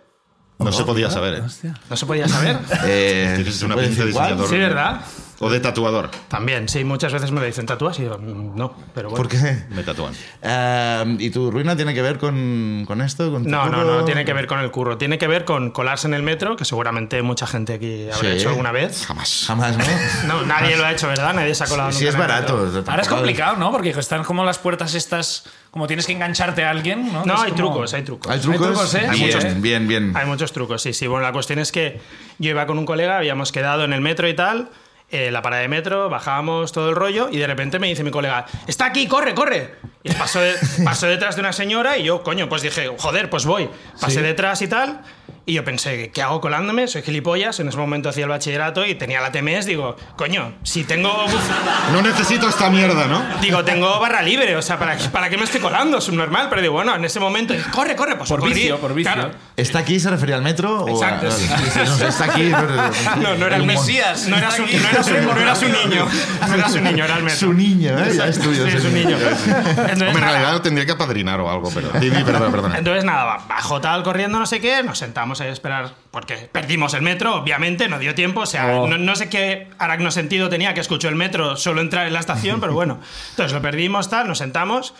S3: No se podía saber, ¿eh?
S4: ¿No se podía saber?
S2: [LAUGHS] Eh,
S3: Tienes
S2: ¿se
S3: una
S2: puede
S3: pinta de
S2: decir cuál?
S3: diseñador.
S4: sí, ¿verdad?
S3: O de tatuador.
S4: También, sí, muchas veces me lo dicen tatúas y digo, "Mm, no, pero bueno.
S2: ¿Por qué?
S3: Me tatúan.
S2: Eh, ¿Y tu ruina tiene que ver con, con esto? Con tu
S4: No, no,
S2: curro?
S4: no, tiene que ver con el curro. Tiene que ver con colarse en el metro, que seguramente mucha gente aquí habrá
S2: Sí.
S4: hecho alguna vez.
S3: Jamás.
S2: Jamás,
S4: [LAUGHS]
S2: ¿no?
S4: No, nadie lo ha hecho, ¿verdad? Nadie se ha colado
S2: si
S4: nunca
S2: es
S4: en el
S2: barato.
S4: metro.
S1: Ahora es
S2: tampoco-
S1: complicado, ¿no? Porque están como las puertas estas, como tienes que engancharte a alguien, ¿no?
S4: No,
S1: Es
S4: hay
S1: como-
S4: trucos, hay trucos.
S2: Hay trucos,
S1: Hay trucos, ¿eh?
S2: Hay
S1: Sí,
S2: muchos.
S1: ¿eh?
S2: Bien, bien.
S4: Hay muchos trucos, sí, sí. Bueno, la cuestión es que yo iba con un colega, habíamos quedado en el metro y tal, eh, la parada de metro, bajábamos todo el rollo y de repente me dice mi colega, está aquí, corre, corre. Y
S1: [LAUGHS]
S4: pasó, de- pasó detrás de una señora y yo, coño, pues dije, joder, pues voy. Pasé detrás y tal. Y yo pensé, ¿qué hago colándome? Soy gilipollas. En ese momento hacía el bachillerato y tenía la TMS. Digo, coño, si tengo. buf-
S3: No necesito esta mierda, ¿no?
S4: Digo, tengo barra libre, o sea, ¿para, qué- ¿para qué me estoy colando? Subnormal, pero digo, bueno, en ese momento, corre, corre, pues
S1: Por
S4: corrí.
S1: vicio, por vicio.
S4: Claro.
S2: ¿Está aquí? ¿Se refería al metro? o a-
S4: Exacto, sí,
S2: [LAUGHS]
S4: sí,
S2: No, está aquí.
S4: [LAUGHS] Ah, No, no era
S2: El
S4: el
S2: Mesías.
S4: No era su, no era su- no era su niño. No era su niño, era el
S2: Su
S4: metro.
S2: niño, ¿eh? Ya es tuyo.
S4: Sí,
S2: ese
S4: es un niño. Entonces,
S3: Hombre, en
S4: nada,
S3: realidad lo tendría que apadrinar o algo, pero. Sí, sí, perdona, perdona.
S4: Entonces, nada, va- bajó tal corriendo, no sé qué, nos sentamos ahí a esperar, porque perdimos el metro, obviamente, no dio tiempo, o sea,
S1: Oh.
S4: no, no sé qué aracno sentido tenía que escuchó el metro solo entrar en la estación, pero bueno. Entonces lo perdimos, tal, nos sentamos.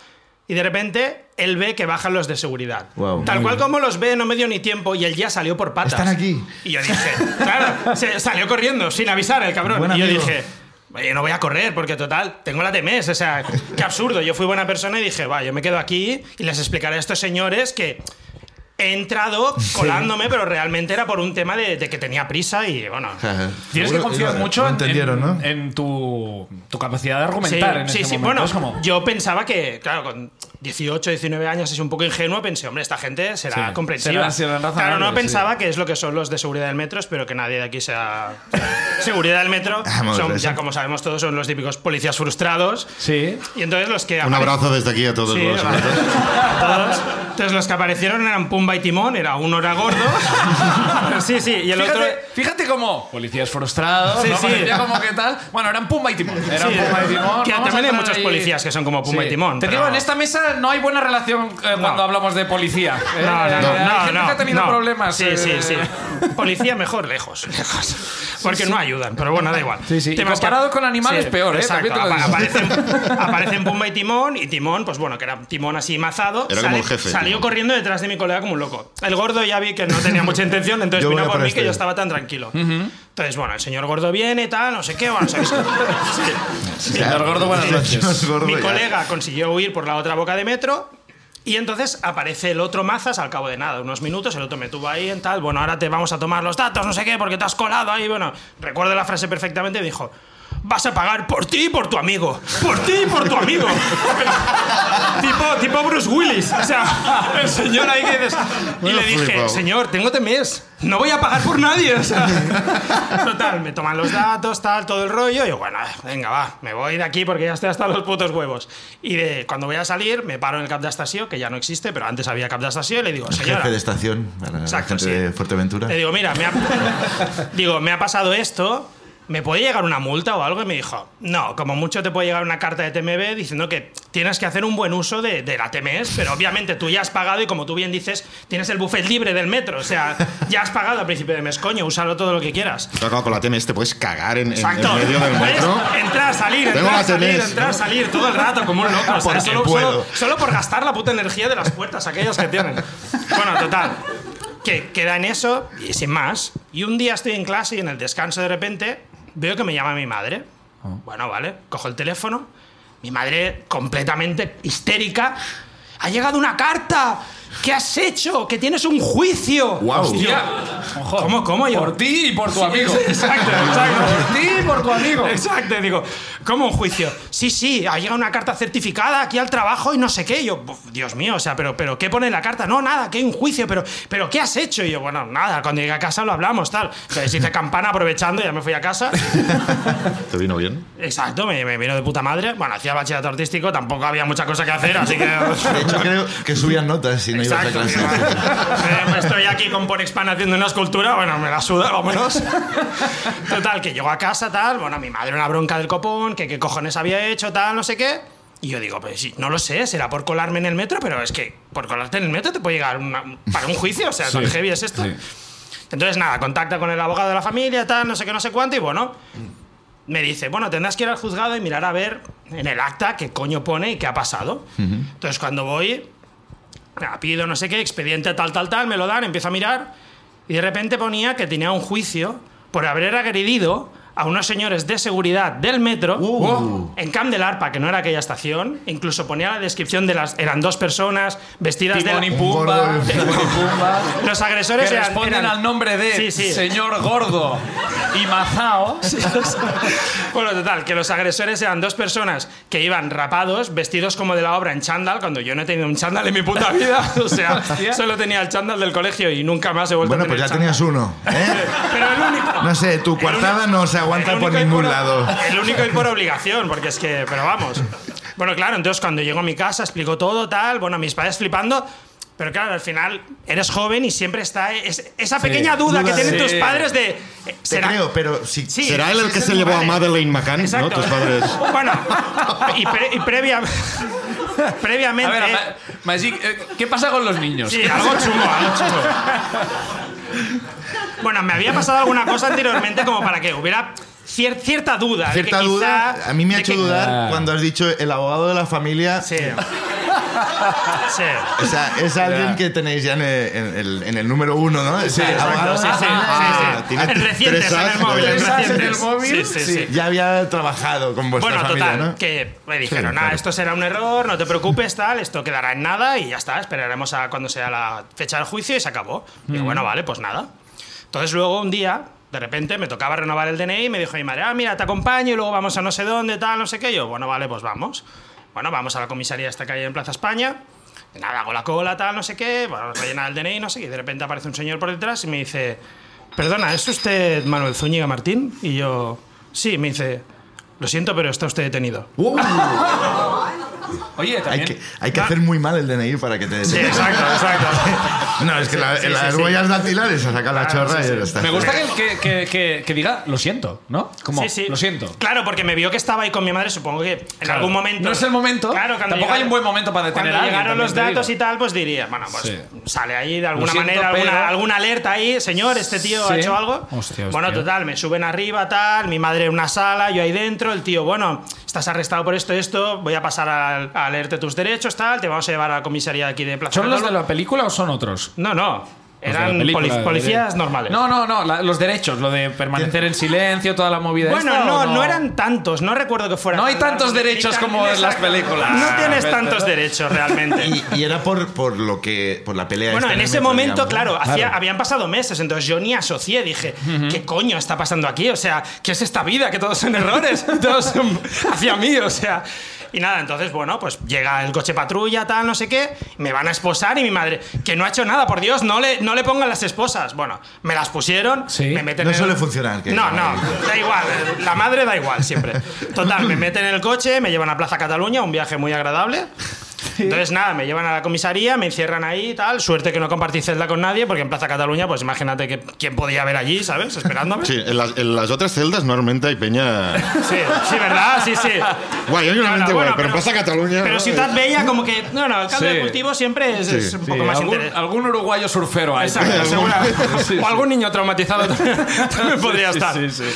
S4: Y de repente él ve que bajan los de seguridad.
S2: Guau,
S4: Tal
S2: muy
S4: cual
S2: bien.
S4: como los ve, no me dio ni tiempo y él ya salió por patas.
S2: Están aquí.
S4: Y yo dije, claro, se salió corriendo sin avisar el cabrón.
S2: Buen
S4: y yo
S2: amigo.
S4: dije, oye, no voy a correr porque total, tengo la TMS. O sea, qué absurdo. Yo fui buena persona y dije, va, yo me quedo aquí y les explicaré a estos señores que he entrado colándome, pero realmente era por un tema de, de que tenía prisa y bueno.
S2: Ajá.
S1: Tienes que
S2: Seguro-
S1: confiar
S2: lo-
S1: mucho
S2: lo
S1: en,
S2: entendieron,
S1: en-
S2: ¿no?
S1: en tu, tu capacidad de argumentar en ese momento.
S4: Bueno,
S1: Es como-
S4: yo pensaba que, claro, con 18, 19 años es un poco ingenuo, pensé, hombre, esta gente será
S1: Sí.
S4: comprensiva.
S1: Serán- serán razonables,
S4: claro, no
S1: sí.
S4: pensaba que es lo que son los de seguridad del metro, espero que nadie de aquí sea seguridad
S1: [LAUGHS]
S4: del metro.
S3: Vamos,
S4: son,
S3: eso.
S4: ya como sabemos todos, son los típicos policías frustrados.
S1: Sí.
S4: Y entonces los
S3: [LAUGHS]
S4: que
S3: Un
S4: apare-
S3: abrazo desde aquí a todos
S4: Sí,
S3: los.
S4: vale. Todos. Entonces los que aparecieron eran Pumba y Timón, era uno era [LAUGHS] gordo. sí, sí, y el
S1: Fíjate,
S4: otro
S1: fíjate cómo. Policías frustrados.
S4: Sí,
S1: ¿no?
S4: sí.
S1: Parecía como que tal. Bueno, eran Pumba y Timón. Eran
S4: Sí,
S1: Pumba y Timón. Vamos
S4: que
S1: a
S4: también hay
S1: entrar
S4: muchos
S1: ahí.
S4: policías que son como Pumba
S1: Sí.
S4: y Timón.
S1: Te
S4: pero-
S1: digo, en esta mesa no hay buena relación eh, cuando hablamos de policía. Eh,
S4: No, no,
S1: hay
S4: no,
S1: gente
S4: no,
S1: que ha tenido
S4: no.
S1: problemas.
S4: Sí,
S1: eh,
S4: sí, sí. Policía mejor lejos, lejos. Porque no ayudan, pero bueno, da igual.
S1: Sí, sí. Y
S4: Temas que-
S1: comparado con animales, peor, ¿eh?
S4: exacto.
S1: También te lo
S4: Apa-
S1: digo. [LAUGHS]
S4: aparecen, aparecen Pumba y Timón, y Timón, pues bueno, que era un Timón así mazado.
S3: Era como el jefe,
S4: Salió
S3: Timón.
S4: corriendo detrás de mi colega como un loco. El gordo ya vi que no tenía mucha intención, entonces
S2: Yo voy
S4: vino
S2: a
S4: por
S2: por
S4: mí
S2: este.
S4: que yo estaba tan tranquilo. Entonces, bueno, el señor gordo viene, tal, no sé qué, bueno, ¿sabes?
S1: Señor Gordo, buenas noches.
S2: Dios, gordo,
S4: Mi
S2: ya.
S4: colega consiguió huir por la otra boca de metro y entonces aparece el otro mazas al cabo de nada, unos minutos, el otro me tuvo ahí en tal, bueno, ahora te vamos a tomar los datos, no sé qué, porque te has colado ahí, bueno, recuerdo la frase perfectamente, dijo, vas a pagar por ti y por tu amigo, por ti y por tu amigo. [LAUGHS] tipo, tipo Bruce Willis, o sea, [LAUGHS] el señor ahí que dices, y
S3: Bueno,
S4: le dije,
S3: flipado.
S4: señor, tengo TMS, no voy a pagar por nadie, o sea, [LAUGHS] total, me toman los datos, tal, todo el rollo, y yo, bueno, venga, va, me voy de aquí porque ya estoy hasta los putos huevos. Y de, cuando voy a salir, me paro en el Cap de Estació, que ya no existe, pero antes había Cap de Estació, y le digo, señora,
S2: Jefe de estación, para la
S4: Exacto,
S2: gente
S4: sí.
S2: de Fuerteventura.
S4: le digo, mira, me ha, digo, me ha [LAUGHS] pasado esto, ¿me puede llegar una multa o algo? Y me dijo, no, como mucho te puede llegar una carta de TMB diciendo que tienes que hacer un buen uso de, de la TMS, pero obviamente tú ya has pagado y como tú bien dices, tienes el buffet libre del metro, o sea, ya has pagado al principio de mes, coño, úsalo todo lo que quieras.
S3: Claro, con la TMS te puedes cagar en, en- en
S4: Exacto.
S3: medio del
S4: ¿Ves?
S3: metro.
S4: Entrar, salir,
S3: Tengo
S4: entrar,
S3: la
S4: salir,
S3: tenés.
S4: entrar, salir todo el rato como un loco. O sea,
S2: Porque
S4: solo,
S2: puedo.
S4: solo- solo por gastar la puta energía de las puertas aquellas que tienen. Bueno, total. Que queda en eso y sin más. Y un día estoy en clase y en el descanso de repente veo que me llama mi madre.
S3: Ah.
S4: Bueno, vale. Cojo el teléfono. Mi madre completamente histérica. Ha llegado una carta. ¿Qué has hecho? Que tienes un juicio.
S3: Guau.
S1: Hostia. Ojo.
S4: ¿Cómo, cómo yo?
S1: Por ti y por tu amigo.
S4: [LAUGHS] Exacto, exacto.
S1: Por ti y por tu amigo.
S4: [LAUGHS] Exacto, y digo, ¿cómo un juicio? Sí, sí, ha llegado una carta certificada aquí al trabajo y no sé qué. Y yo, "Buf, Dios mío, o sea, pero, pero ¿qué pone en la carta? No, nada, que hay un juicio, pero, pero ¿qué has hecho? Y yo, bueno, nada, cuando llegue a casa lo hablamos, tal. Entonces hice campana aprovechando, ya me fui a casa.
S3: [LAUGHS] ¿Te vino bien?
S4: Exacto, me, me vino de puta madre. Bueno, hacía bachillerato artístico, tampoco había mucha cosa que
S3: [LAUGHS]
S4: hacer, así que.
S2: De hecho, creo que subían notas si no ibas a
S4: Exacto.
S2: clase.
S4: Eh, Estoy aquí con Ponexpan haciendo una escultura, bueno, me la suda, vámonos. Total, que llego a casa, tal, bueno, mi madre una bronca del copón, que qué cojones había hecho, tal, no sé qué. Y yo digo, pues sí, no lo sé, será por colarme en el metro, pero es que por colarte en el metro te puede llegar una- para un juicio, o sea, tan heavy es esto.
S1: Sí.
S4: Entonces, nada, contacta con el abogado de la familia, tal, no sé qué, no sé cuánto, y bueno, me dice, bueno, tendrás que ir al juzgado y mirar a ver en el acta qué coño pone y qué ha pasado. Entonces, cuando voy, nada, pido no sé qué, expediente tal, tal, tal, me lo dan, empiezo a mirar, y de repente ponía que tenía un juicio por haber agredido a unos señores de seguridad del metro
S2: Uh.
S4: en Camp del Arpa, que no era aquella estación. Incluso ponía la descripción de las. Eran dos personas vestidas de.
S1: Timón y
S4: la-
S1: Pumba.
S2: gordo.
S1: Timón y Pumba.
S4: Los
S1: Que
S4: agresores eran-
S1: responden
S4: eran-
S1: al nombre de
S4: Sí, sí.
S1: señor gordo y mazao.
S4: Bueno, total, que los agresores eran dos personas que iban rapados, vestidos como de la obra en chándal, cuando yo no he tenido un chándal en mi puta vida. [LAUGHS] O sea, solo tenía el chándal del colegio y nunca más he vuelto
S2: Bueno,
S4: a
S2: pues
S4: tener
S2: ya
S4: chándal.
S2: tenías uno.
S4: [LAUGHS]
S2: ¿eh?
S4: Pero el único.
S2: No sé, tu coartada no se aguanta
S4: el único
S2: por
S4: y
S2: ningún lado.
S4: El único y por obligación, porque es que, pero vamos. Bueno, claro, entonces cuando llego a mi casa explico todo, tal, bueno, mis padres flipando. Pero claro, al final eres joven y siempre está es- esa pequeña duda, que
S2: duda
S4: tienen
S1: de-
S4: tus padres de... eh,
S2: Te
S4: ¿será-
S2: creo, pero si
S4: Sí,
S3: ¿Será él el
S4: sí,
S3: que
S4: sí,
S3: se
S4: sí,
S3: llevó a
S4: vale.
S3: Madeleine McCann? ¿no?
S4: Exacto.
S3: Tus padres.
S4: [LAUGHS] Bueno, y, pre- y previa-
S1: A
S4: previamente.
S1: ver, Ma- Magic, eh, ¿qué pasa con los niños?
S4: Sí, algo chungo, algo chungo. Bueno, me había pasado alguna cosa anteriormente como para que hubiera cier- cierta duda. de
S2: cierta
S4: que quizá-
S2: duda, a mí me ha
S4: de
S2: hecho
S4: que-
S2: dudar
S1: Ah.
S2: cuando has dicho el abogado de la familia.
S4: Sí. Sí.
S2: O sea, es alguien que tenéis ya en el, en el- en el número uno, ¿no? Sí, abogado
S4: Exacto,
S2: de
S4: sí,
S2: la
S4: sí,
S2: familia.
S4: sí, sí.
S2: Ah, tiene
S4: En recientes,
S2: tres
S4: en
S2: as,
S4: el móvil.
S2: tres as en el
S4: recientes.
S2: móvil.
S4: Sí, sí, sí.
S2: Ya había trabajado con vuestra
S4: Bueno,
S2: familia,
S4: total,
S2: ¿no?
S4: que me dijeron,
S2: Sí,
S4: ah,
S2: claro.
S4: esto será un error, no te preocupes, tal, esto quedará en nada y ya está, esperaremos a cuando sea la fecha del juicio y se acabó.
S2: Mm.
S4: Digo, bueno, vale, pues nada. Entonces luego un día, de repente, me tocaba renovar el DNI y me dijo mi madre, ah, mira, te acompaño y luego vamos a no sé dónde, tal, no sé qué. Yo, bueno, vale, pues vamos. Bueno, vamos a la comisaría esta calle en Plaza España. Nada, hago la cola, tal, no sé qué, bueno, rellenar el DNI, no sé qué. Y de repente aparece un señor por detrás y me dice, perdona, ¿es usted Manuel Zúñiga Martín? Y yo, sí, me dice, lo siento, pero está usted detenido.
S1: Oye,
S2: Hay
S1: también.
S2: Uh, que, hay que hacer muy mal el DNI para que te...
S4: Sí, exacto, exacto.
S2: [LAUGHS] No, es que la-
S4: sí,
S2: las
S4: sí, sí.
S2: huellas dactilares se saca la
S4: Claro,
S2: chorra
S4: sí,
S2: y
S4: sí.
S2: ya está.
S1: Me gusta que, que- que- que- que diga lo siento, ¿no? Como
S4: Sí, sí.
S1: lo siento.
S4: Claro, porque me vio que estaba ahí con mi madre, supongo que en algún momento.
S1: No es el momento.
S4: Claro, cuando
S1: Tampoco hay un buen momento para detener
S4: Cuando
S1: a alguien,
S4: llegaron los
S1: también te
S4: datos
S1: digo.
S4: y tal, pues diría, bueno, pues
S1: Sí.
S4: sale ahí de alguna
S1: siento,
S4: manera alguna,
S1: pero-
S4: alguna alerta ahí, señor, este tío
S1: Sí.
S4: ha hecho algo.
S1: Hostia, hostia.
S4: Bueno, total, me suben arriba, tal, mi madre en una sala, yo ahí dentro, el tío, bueno, estás arrestado por esto, esto, voy a pasar a, a leerte tus derechos, tal, te vamos a llevar a la comisaría de aquí de Plaza
S1: ¿Son los de
S4: Cataluña".
S1: la película o son otros?
S4: No, no.
S1: Los de la
S4: Eran
S1: película,
S4: poli-
S1: de-
S4: policías normales.
S1: No, no, no, la- los derechos, lo de permanecer en silencio, toda la movida.
S4: Bueno,
S1: esta, ¿o
S4: no, no, eran tantos, no recuerdo que fueran.
S1: No hay
S4: tan largos,
S1: tantos
S4: ni
S1: derechos
S4: tan-
S1: como en las
S4: exacto.
S1: películas.
S4: No tienes
S1: Ah,
S4: tantos
S1: pero- [LAUGHS]
S4: derechos realmente.
S2: Y, y era por, por lo que por la pelea
S4: Bueno,
S2: esta
S4: en
S2: el
S4: ese
S2: metro,
S4: momento,
S2: digamos,
S4: claro,
S2: ¿no?
S4: hacía- habían pasado meses, entonces yo ni asocié, dije, ¿qué coño está pasando aquí? O sea, ¿qué es esta vida? Que todos son errores, [LAUGHS] todos son hacia mí, o sea. Y nada, entonces, bueno, pues llega el coche patrulla, tal, no sé qué, me van a esposar y mi madre, que no ha hecho nada, por Dios, no le, no le pongan las esposas. Bueno, me las pusieron,
S1: Sí.
S4: me meten
S2: No
S4: en
S2: suele
S4: el-
S2: funcionar, que-
S4: No, no, da igual, la madre da igual siempre. Total, me meten en el coche, me llevan a Plaza Cataluña, un viaje muy agradable. Entonces, nada, me llevan a la comisaría, me encierran ahí y tal. Suerte que no compartí celda con nadie, porque en Plaza Cataluña, pues imagínate que, quién podía ver allí, ¿sabes? Esperándome.
S3: Sí, en las, en las otras celdas normalmente hay peña.
S4: sí, sí, ¿verdad? Sí, sí.
S3: Guay, hay una
S4: Claro,
S3: mente guay,
S4: bueno,
S3: pero en
S4: pero-
S3: Plaza Cataluña.
S4: Pero
S3: ¿no? Eh,
S4: Ciudad Bella, como que. No, no, el caldo
S1: Sí.
S4: de cultivo siempre es, es un
S1: Sí,
S4: poco más
S1: algún,
S4: interesante.
S1: algún uruguayo surfero hay.
S4: Exacto,
S1: Algún-
S4: segura-
S1: [LAUGHS] Sí,
S4: o
S1: sí.
S4: algún niño traumatizado también, también podría
S1: Sí,
S4: estar.
S1: sí, sí.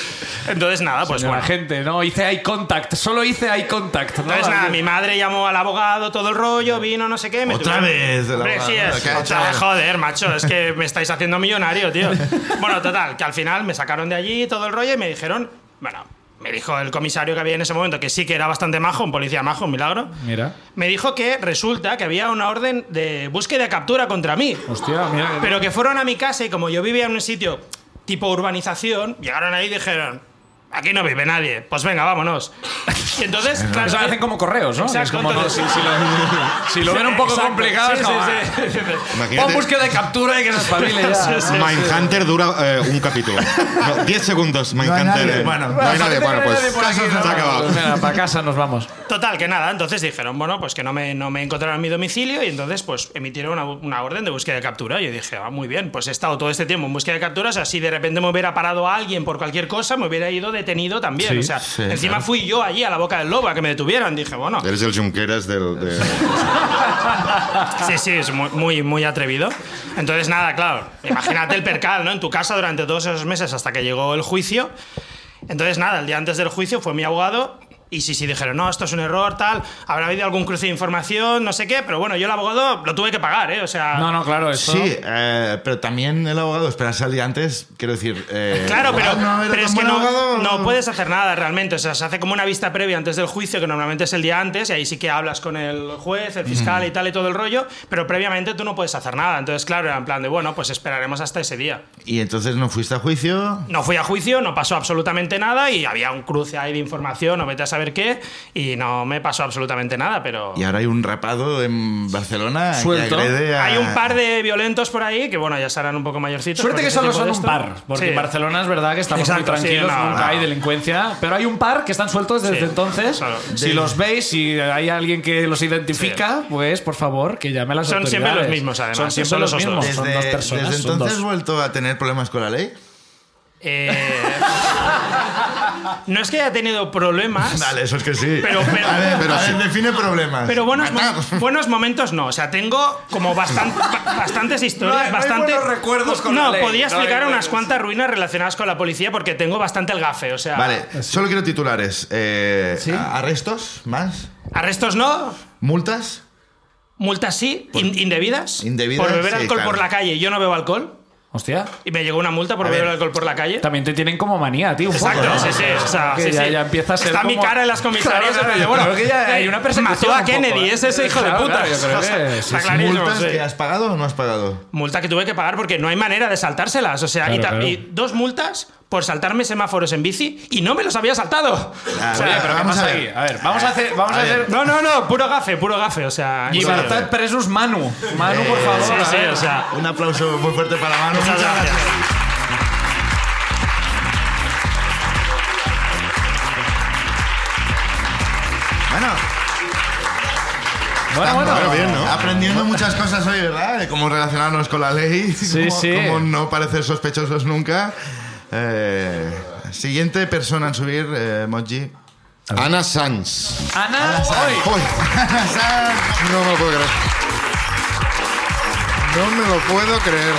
S4: Entonces, nada, pues
S1: Señora
S4: bueno.
S1: gente, no, hice eye contact, solo hice eye contact. ¿no?
S4: Entonces, nada,
S1: Alguien-
S4: mi madre llamó al abogado, todo el rollo, vino, no sé qué. Me
S2: Otra vez el
S4: Hombre,
S2: abogado,
S4: sí, es-
S2: ¿qué ha
S4: otra vez,
S2: hecho?
S4: joder, macho, es que me estáis haciendo millonario, tío. Bueno, total, que al final me sacaron de allí todo el rollo y me dijeron, bueno, me dijo el comisario que había en ese momento, que sí que era bastante majo, un policía majo, un milagro.
S1: Mira,
S4: Me dijo que resulta que había una orden de búsqueda y captura contra mí.
S1: hostia, mira.
S4: Pero que fueron a mi casa y como yo vivía en un sitio tipo urbanización, llegaron ahí y dijeron, aquí no vive nadie, pues venga, vámonos. [LAUGHS] Y entonces, claro,
S1: Eso hacen como correos, ¿no?
S4: Exacto,
S1: es como, no, si,
S4: entonces-
S1: si lo, [LAUGHS] si lo ven un poco
S4: Exacto,
S1: complicado,
S4: sí,
S1: es como,
S4: sí,
S1: ah,
S4: sí.
S1: pon
S3: Imagínate,
S1: búsqueda de captura y que se espabile ya.
S4: Sí, sí.
S3: Mindhunter dura eh, un capítulo. No, 10 segundos,
S2: hay
S3: Mindhunter.
S2: nadie,
S3: eh,
S2: bueno.
S3: no hay nadie, bueno, pues. se ha acabado.
S1: Pues mira, para casa nos vamos.
S4: Total, que nada. Entonces dijeron, bueno, pues que no me, no me encontraron en mi domicilio y entonces pues emitieron una, una orden de búsqueda de captura. Yo dije, ah, muy bien, pues he estado todo este tiempo en búsqueda de captura. O sea, si de repente me hubiera parado a alguien por cualquier cosa, me hubiera ido detenido también.
S1: Sí,
S4: o sea,
S2: sí,
S4: encima
S2: claro.
S4: fui yo allí a la boca del lobo a que me detuvieran. Dije, bueno,
S3: Eres el Junqueras del. de-
S2: Ah.
S4: sí, sí, es muy, muy, muy atrevido. Entonces nada, claro, imagínate el percal, ¿no? En tu casa durante todos esos meses hasta que llegó el juicio. Entonces, nada, el día antes del juicio fue mi abogado Y sí, sí, dijeron, no, esto es un error, tal, habrá habido algún cruce de información, no sé qué, pero bueno, yo el abogado lo tuve que pagar, ¿eh? O sea...
S1: No, no, claro, esto.
S2: Sí, eh, pero también el abogado espera salir antes, quiero decir... eh,
S4: Claro,
S2: ah,
S4: pero,
S2: no, era
S4: pero
S2: tan
S4: es que
S2: buen abogado,
S4: no, no puedes hacer nada realmente. O sea, se hace como una vista previa antes del juicio, que normalmente es el día antes, y ahí sí que hablas con el juez, el fiscal y tal y todo el rollo, pero previamente tú no puedes hacer nada. Entonces, claro, era en plan de, bueno, pues esperaremos hasta ese día.
S2: Y entonces no fuiste a juicio...
S4: No fui a juicio, no pasó absolutamente nada y había un cruce ahí de información o vete a saber qué, y no me pasó absolutamente nada, pero...
S2: Y ahora hay un rapado en Barcelona
S1: Suelto.
S2: que agrede a...
S4: Hay un par de violentos por ahí que, bueno, ya estarán un poco mayorcitos.
S1: Suerte
S4: porque
S1: que
S4: este
S1: solo
S4: tipo
S1: son
S4: de
S1: un
S4: esto-
S1: par, porque
S4: Sí.
S1: en Barcelona es verdad que estamos muy
S4: Exacto, sí,
S1: tranquilos,
S4: no,
S1: nunca
S4: no.
S1: hay delincuencia, pero hay un par que están sueltos desde
S4: Sí,
S1: entonces.
S4: claro.
S1: Si los veis, si hay alguien que los identifica, pues por favor, que llame a las
S4: Son
S1: autoridades.
S4: siempre los mismos, además,
S1: Son siempre
S4: son
S1: los
S4: esos
S1: mismos,
S4: dos.
S2: Desde,
S1: son dos personas,
S2: desde
S1: son dos.
S2: entonces he vuelto a tener problemas con la ley.
S4: Eh, no es que haya tenido problemas.
S2: Vale, eso es que sí.
S4: Ah, Pero- pero-
S2: a ver,
S3: pero
S2: a
S3: sí.
S2: ver, define problemas.
S4: Pero buenos, mo-
S2: Matar.
S4: buenos momentos no. O sea, tengo como bastan- ba- bastantes historias.
S1: No hay- no hay
S4: bastante,
S1: buenos recuerdos con
S4: No,
S1: la ley, no
S4: podía
S1: hay
S4: explicar unas
S1: buenos.
S4: cuantas ruinas relacionadas con la policía porque tengo bastante el gafe. O sea,
S2: Vale,
S1: Ah,
S2: solo quiero titulares. Eh, a- ¿Arrestos? ¿Más?
S4: arrestos no,
S2: ¿Multas?
S4: multas sí, in- indebidas.
S2: Indebidas,
S4: Por beber
S2: sí,
S4: alcohol
S2: claro.
S4: por la calle. Yo no bebo alcohol.
S1: Hostia,
S4: Y me llegó una multa por
S2: A
S4: beber
S2: ver.
S4: alcohol por la calle.
S1: también te tienen como manía, tío. un poco,
S4: Exacto,
S1: ¿no?
S4: sí, sí. O sea,
S1: Que
S4: sí,
S1: ya,
S4: sí.
S1: ya empieza a ser
S4: Está mi
S1: como-
S4: cara en las comisarías.
S1: Claro, claro,
S4: pero
S1: yo
S4: bueno, eh,
S1: creo que ya hay una persecución
S4: Mató
S1: un
S4: a
S1: poco,
S4: Kennedy,
S1: ¿eh?
S4: ese es hijo
S1: Claro,
S4: de puta.
S1: claro, yo creo
S4: [LAUGHS] O sea,
S1: que-
S4: está
S1: sí, sí,
S4: clarísimo.
S2: ¿Multas
S4: sí.
S2: que has pagado o no has pagado?
S4: Multa que tuve que pagar porque no hay manera de saltárselas. O sea, y,
S1: Claro,
S4: ta-
S1: claro.
S4: y dos multas por saltarme semáforos en bici y no me los había saltado.
S2: [LAUGHS] Ah,
S4: O sea,
S1: Oye, pero ¿qué
S2: Vamos
S1: pasa
S2: a
S1: aquí?
S2: ver.
S1: A ver, vamos a hacer. Vamos a
S2: A ver.
S1: hacer
S4: no, no, no, puro gafe, puro gafe. O sea, en serio.
S1: libertad presus Manu. Manu, por favor.
S4: Sí,
S1: a
S4: sí,
S2: ¿eh?
S1: ver.
S4: o sea.
S2: Un aplauso muy fuerte para Manu.
S4: muchas gracias.
S2: Bueno,
S1: bueno, bueno.
S3: Bueno, bien, ¿no?
S2: aprendiendo muchas cosas hoy, ¿verdad? De cómo relacionarnos con la ley,
S1: Sí,
S2: [LAUGHS] cómo,
S1: sí.
S2: cómo no parecer sospechosos nunca. Eh, siguiente persona en subir, eh, Moji.
S3: Ana Sanz.
S1: Ana, hoy.
S3: Uy, [LAUGHS] no me lo puedo creer. No me lo puedo creer.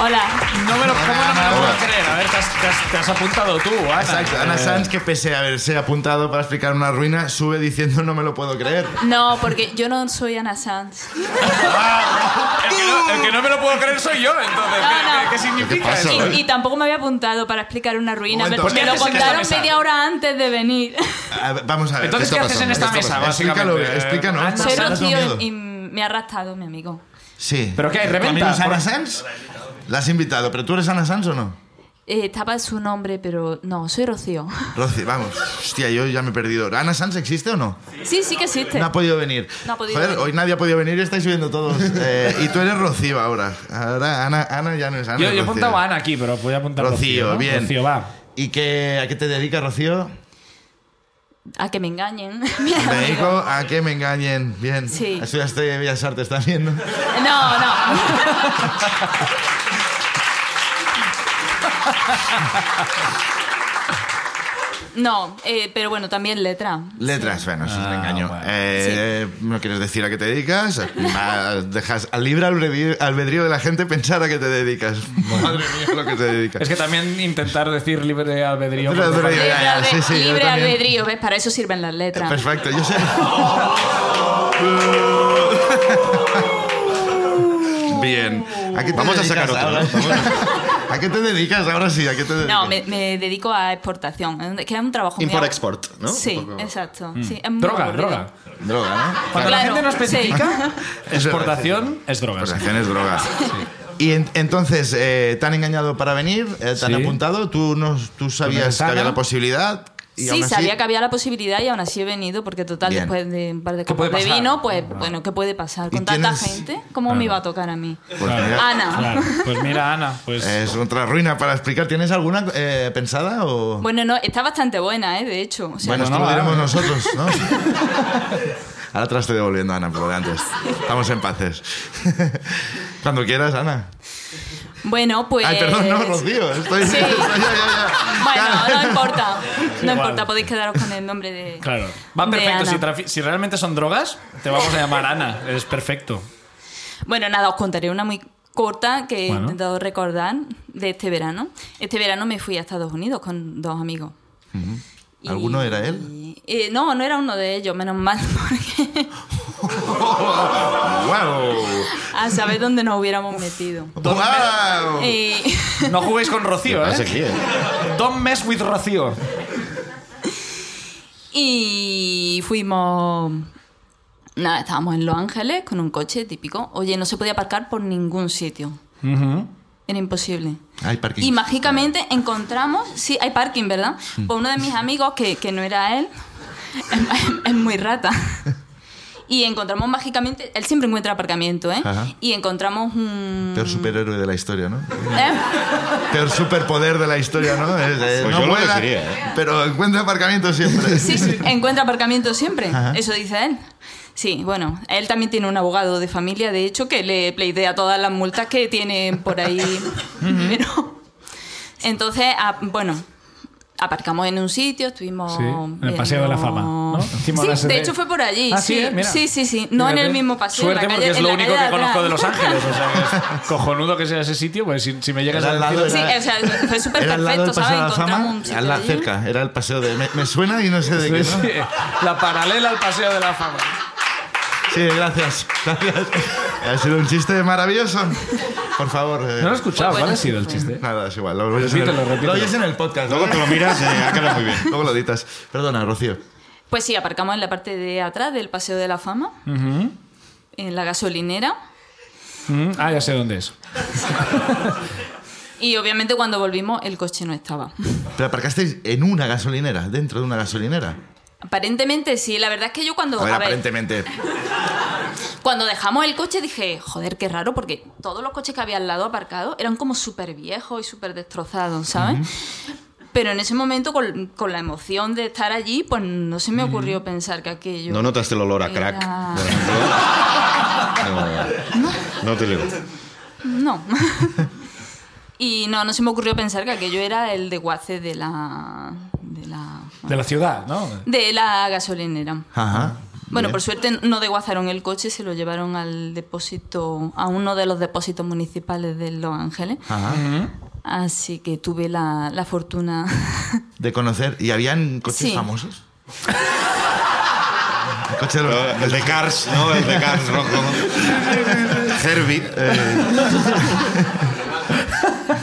S5: Hola.
S1: No me lo, ¿Cómo no me lo puedo
S3: Hola.
S1: creer? A ver, te has, te has- te has apuntado tú, Ana.
S2: Exacto, Ana
S1: Eh,
S2: Sanz, que pese a haberse apuntado para explicar una ruina, sube diciendo no me lo puedo creer.
S5: No, porque yo no soy Ana Sanz.
S1: El que, no, el que no me lo puedo creer soy yo, entonces.
S5: No,
S1: ¿qué-
S5: no.
S1: qué- ¿Qué significa
S3: pasa,
S1: eso?
S5: Y, y tampoco me había apuntado para explicar una ruina. Me,
S2: Ah, ¿eh? Momento.
S5: me
S2: ¿Qué
S5: lo
S1: haces en esta
S5: contaron
S1: mesa?
S5: media hora antes de venir.
S2: A ver, vamos a ver.
S1: Entonces,
S3: está
S1: ¿qué haces en
S3: pasando?
S1: esta
S3: ¿Qué
S1: mesa,
S3: está
S1: básicamente?
S2: Explícalo,
S1: Eh,
S2: explícanos.
S5: [LAUGHS]
S1: Ana
S5: Soy
S2: Sanz,
S1: Sanz.
S2: no miedo.
S5: Rocío y me ha arrastrado mi amigo.
S2: Sí.
S1: ¿Pero qué hay,
S2: ¿Tu
S1: reventa?
S2: amigo es Ana
S1: Por-
S2: Sanz? La has invitado, pero tú eres Ana Sanz o no?
S5: Eh, estaba su nombre, pero no, soy Rocío. [LAUGHS]
S2: Rosy, vamos. Hostia, yo ya me he perdido. ¿Ana Sanz existe o no?
S5: Sí, sí que existe.
S2: No ha podido venir.
S5: No ha podido
S2: Joder,
S5: venir.
S2: hoy nadie ha podido venir y estáis subiendo todos. [LAUGHS] Eh, y tú eres Rocío ahora. Ahora Ana, Ana ya no es Ana.
S1: Yo,
S2: es
S1: yo he
S2: Rocío.
S1: apuntado a Ana aquí, pero voy a apuntar a
S2: Rocío,
S1: Rocío. ¿no?
S2: bien.
S1: Rocío, va.
S2: ¿Y qué, a qué te dedicas, Rocío?
S5: A que me engañen. [LAUGHS] Mi
S2: Me
S5: amigo.
S2: dedico a que me engañen. Bien.
S5: Sí.
S2: Estudiaste Bellas Artes también, ¿no?
S5: No,
S2: [LAUGHS]
S5: no. No, eh, pero bueno, también letra.
S2: Letras, bueno, eso es un
S1: Ah,
S2: engaño.
S1: bueno.
S2: Eh, No quieres decir a qué te dedicas, a- dejas al libre albedrío albedrío de la gente pensar a qué te dedicas. Madre mía, lo que te dedicas.
S1: Es que también intentar decir libre albedrío.
S2: Libre
S1: porque-
S2: albedrío. Ya, ya,
S5: Libre
S2: sí,
S5: albe-
S2: sí, yo
S5: libre
S2: también.
S5: albedrío, ¿ves? Para eso sirven las letras.
S2: Perfecto, yo
S5: [LAUGHS]
S2: sé. Bien. ¿A qué te
S3: Vamos a sacar
S2: dedicas
S3: otro,
S2: ahora? [LAUGHS] ¿A qué te dedicas ahora sí? ¿A qué te dedicas?
S5: No, me, me dedico a exportación, que es un trabajo muy abu-
S3: Import-export, ¿no?
S5: Sí,
S3: Un poco.
S5: exacto. sí, es muy
S1: Mm. Droga,
S5: aburrido.
S1: droga.
S2: Droga, ¿no?
S1: Cuando la
S5: Claro,
S1: gente no
S5: sí.
S1: especifica,
S2: Eso-
S1: exportación es droga. sí.
S2: Relaciones Pues drogas. Y en- entonces, eh, te han engañado para venir, eh, te
S1: Sí.
S2: han apuntado, tú, no, tú sabías que
S1: Sana.
S2: había la posibilidad. Y
S5: Sí,
S2: aún así-
S5: sabía que había la posibilidad y aún así he venido porque total
S2: Bien.
S5: después de un par de
S1: ¿Qué puede
S5: copas de
S1: pasar? Ah.
S5: vino, pues bueno, ¿qué puede pasar?
S2: ¿Y
S5: Con tanta
S2: tienes-
S5: gente, ¿cómo me iba a tocar a mí?
S2: Pues mira,
S5: Ana.
S1: Claro. Pues mira, Ana, pues.
S2: Es otra ruina para explicar. ¿Tienes alguna eh, pensada o...?
S5: Bueno, no, está bastante buena, ¿eh? De hecho. O sea,
S2: Bueno, esto
S1: no,
S2: lo diremos
S1: ahora-
S2: nosotros, ¿no? [LAUGHS] Ahora te la estoy devolviendo, Ana, por lo de antes. Estamos en paces. [LAUGHS] Cuando quieras, Ana.
S5: bueno, pues...
S2: Ay, perdón, no, Rocío. [LAUGHS] Estoy...
S5: Sí.
S2: ya, ya, ya.
S5: Bueno,
S2: Claro. [LAUGHS]
S5: no importa. No
S1: Igual.
S5: importa, podéis quedaros con el nombre de.
S1: Claro. Va
S5: de
S1: perfecto.
S5: Ana.
S1: Si, trafi- si realmente son drogas, te vamos a llamar Ana. Es perfecto.
S5: Bueno, nada, os contaré una muy corta que he
S1: Bueno.
S5: intentado recordar de este verano. Este verano me fui a Estados Unidos con dos amigos. Y-
S2: ¿Alguno era él?
S5: Eh, no, no era uno de ellos, menos mal, [LAUGHS] porque
S2: ¡Wow!
S5: a saber dónde nos hubiéramos metido. Eh,
S2: ¡Wow!
S5: Y-
S1: No juguéis con Rocío,
S3: pasa aquí,
S1: ¿eh?
S3: eh?
S1: Don't mess with Rocío.
S5: Y fuimos. Nada, estábamos en Los Ángeles con un coche típico. Oye, no se podía aparcar por ningún sitio. Era imposible.
S2: Hay parking.
S5: Y mágicamente encontramos. Sí, hay parking, ¿verdad? Pues uno de mis amigos, que, que no era él, es, es- es muy rata. Y encontramos mágicamente. Él siempre encuentra aparcamiento, ¿eh?
S2: Ajá.
S5: Y encontramos un.
S2: Peor superhéroe de la historia, ¿no?
S5: ¿Eh?
S2: Peor superpoder de la historia, ¿no? Es, eh,
S3: Pues
S2: no
S3: yo lo
S2: vuela,
S3: elegiría, ¿eh?
S2: Pero encuentra aparcamiento siempre.
S5: Sí, sí, [LAUGHS] encuentra aparcamiento siempre. Eso dice él. Sí, bueno, él también tiene un abogado de familia, de hecho, que le pleidea todas las multas que tiene por [LAUGHS] ahí. Pero- entonces, a- bueno, aparcamos en un sitio, estuvimos.
S1: Sí, en el Paseo de la Fama, ¿no? Encima de la
S5: Sí,
S1: sede.
S5: de hecho fue por allí.
S1: Ah, sí,
S5: sí,
S1: eh, mira.
S5: sí, sí, sí. No en
S1: Fíjate.
S5: el mismo paseo.
S1: Suerte
S5: en la calle,
S1: porque es
S5: en
S1: lo
S5: la
S1: único
S5: calle
S1: que conozco de Los
S5: atrás.
S1: Ángeles. O sea,
S5: [LAUGHS]
S1: es cojonudo que sea ese sitio, pues si, si me llegas
S2: Era
S1: a
S2: al lado
S1: decir...
S2: de
S5: Sí,
S2: la-
S5: o sea, fue súper
S2: Era al lado
S5: perfecto,
S2: del paseo de
S5: ¿sabes?
S2: la
S5: Encontramos
S2: fama,
S5: un sitio
S2: al la
S5: allí.
S2: cerca, era el paseo de... Me, me suena y no sé de qué,
S1: Sí,
S2: ¿no?
S1: sí. La paralela al Paseo de la Fama.
S2: Sí, gracias, gracias. Ha sido un chiste maravilloso. Por favor. eh,
S1: No lo he escuchado,
S5: Bueno,
S1: ¿cuál ha sido el chiste?
S2: Nada, es igual. Lo, oyes en el-
S1: Repítelo, repítelo.
S2: lo oyes en el podcast.
S3: Luego te lo miras, eh, ha quedado muy bien.
S2: [LAUGHS] Luego lo editas. Perdona, Rocío.
S5: Pues sí, aparcamos en la parte de atrás del Paseo de la Fama, en la gasolinera.
S1: Mm, Ah, ya sé dónde es.
S5: Y obviamente cuando volvimos el coche no estaba.
S2: Pero aparcasteis en una gasolinera, dentro de una gasolinera.
S5: Aparentemente sí, la verdad es que yo cuando,
S2: Joder,
S5: a ver,
S2: aparentemente.
S5: cuando dejamos el coche dije, joder, qué raro, porque todos los coches que había al lado aparcados eran como súper viejos y súper destrozados, ¿sabes? Pero en ese momento, con, con la emoción de estar allí, pues no se me ocurrió pensar que aquello...
S3: No notaste el olor a crack.
S5: Era-
S3: por ejemplo? No, no te llegó.
S5: No. [LAUGHS] y no, no se me ocurrió pensar que aquello era el desguace de la... De la,
S1: De la ciudad, ¿no?
S5: de la gasolinera.
S2: Ajá.
S5: Bueno, por suerte no desguazaron el coche, se lo llevaron al depósito, a uno de los depósitos municipales de Los Ángeles.
S2: Ajá.
S5: Así que tuve la, la fortuna. [LAUGHS]
S2: De conocer. ¿Y habían coches
S5: Sí.
S2: famosos? El coche [LAUGHS] de los-
S3: El de Cars, ¿no? El de Cars rojo. Herbie. eh.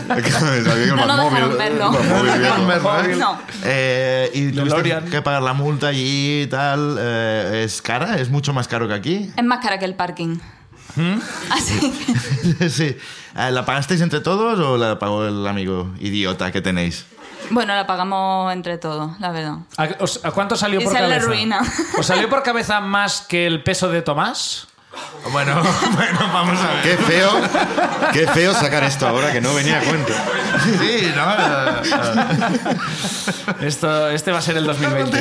S5: No nos dejaron verlo. No.
S2: Eh, y tuviste
S1: DeLorean.
S2: que pagar la multa allí y tal. eh, ¿Es cara? ¿Es mucho más caro que aquí? [LAUGHS]
S5: Es más cara que el parking.
S1: ¿Mm?
S5: Así que
S2: sí. Eh, ¿La pagasteis entre todos o la pagó el amigo idiota que tenéis?
S5: bueno, la pagamos entre todos, la verdad.
S1: ¿A, os- a cuánto salió
S5: Y
S1: por
S5: sale la
S1: cabeza?
S5: ruina.
S1: [LAUGHS] ¿Os salió por cabeza más que el peso de Tomás?
S2: Bueno, [LAUGHS] bueno, vamos a
S3: Qué feo, qué feo sacar esto ahora que no venía a cuento.
S2: Sí, ¿no? Eh,
S1: Esto, este va a ser el 2020.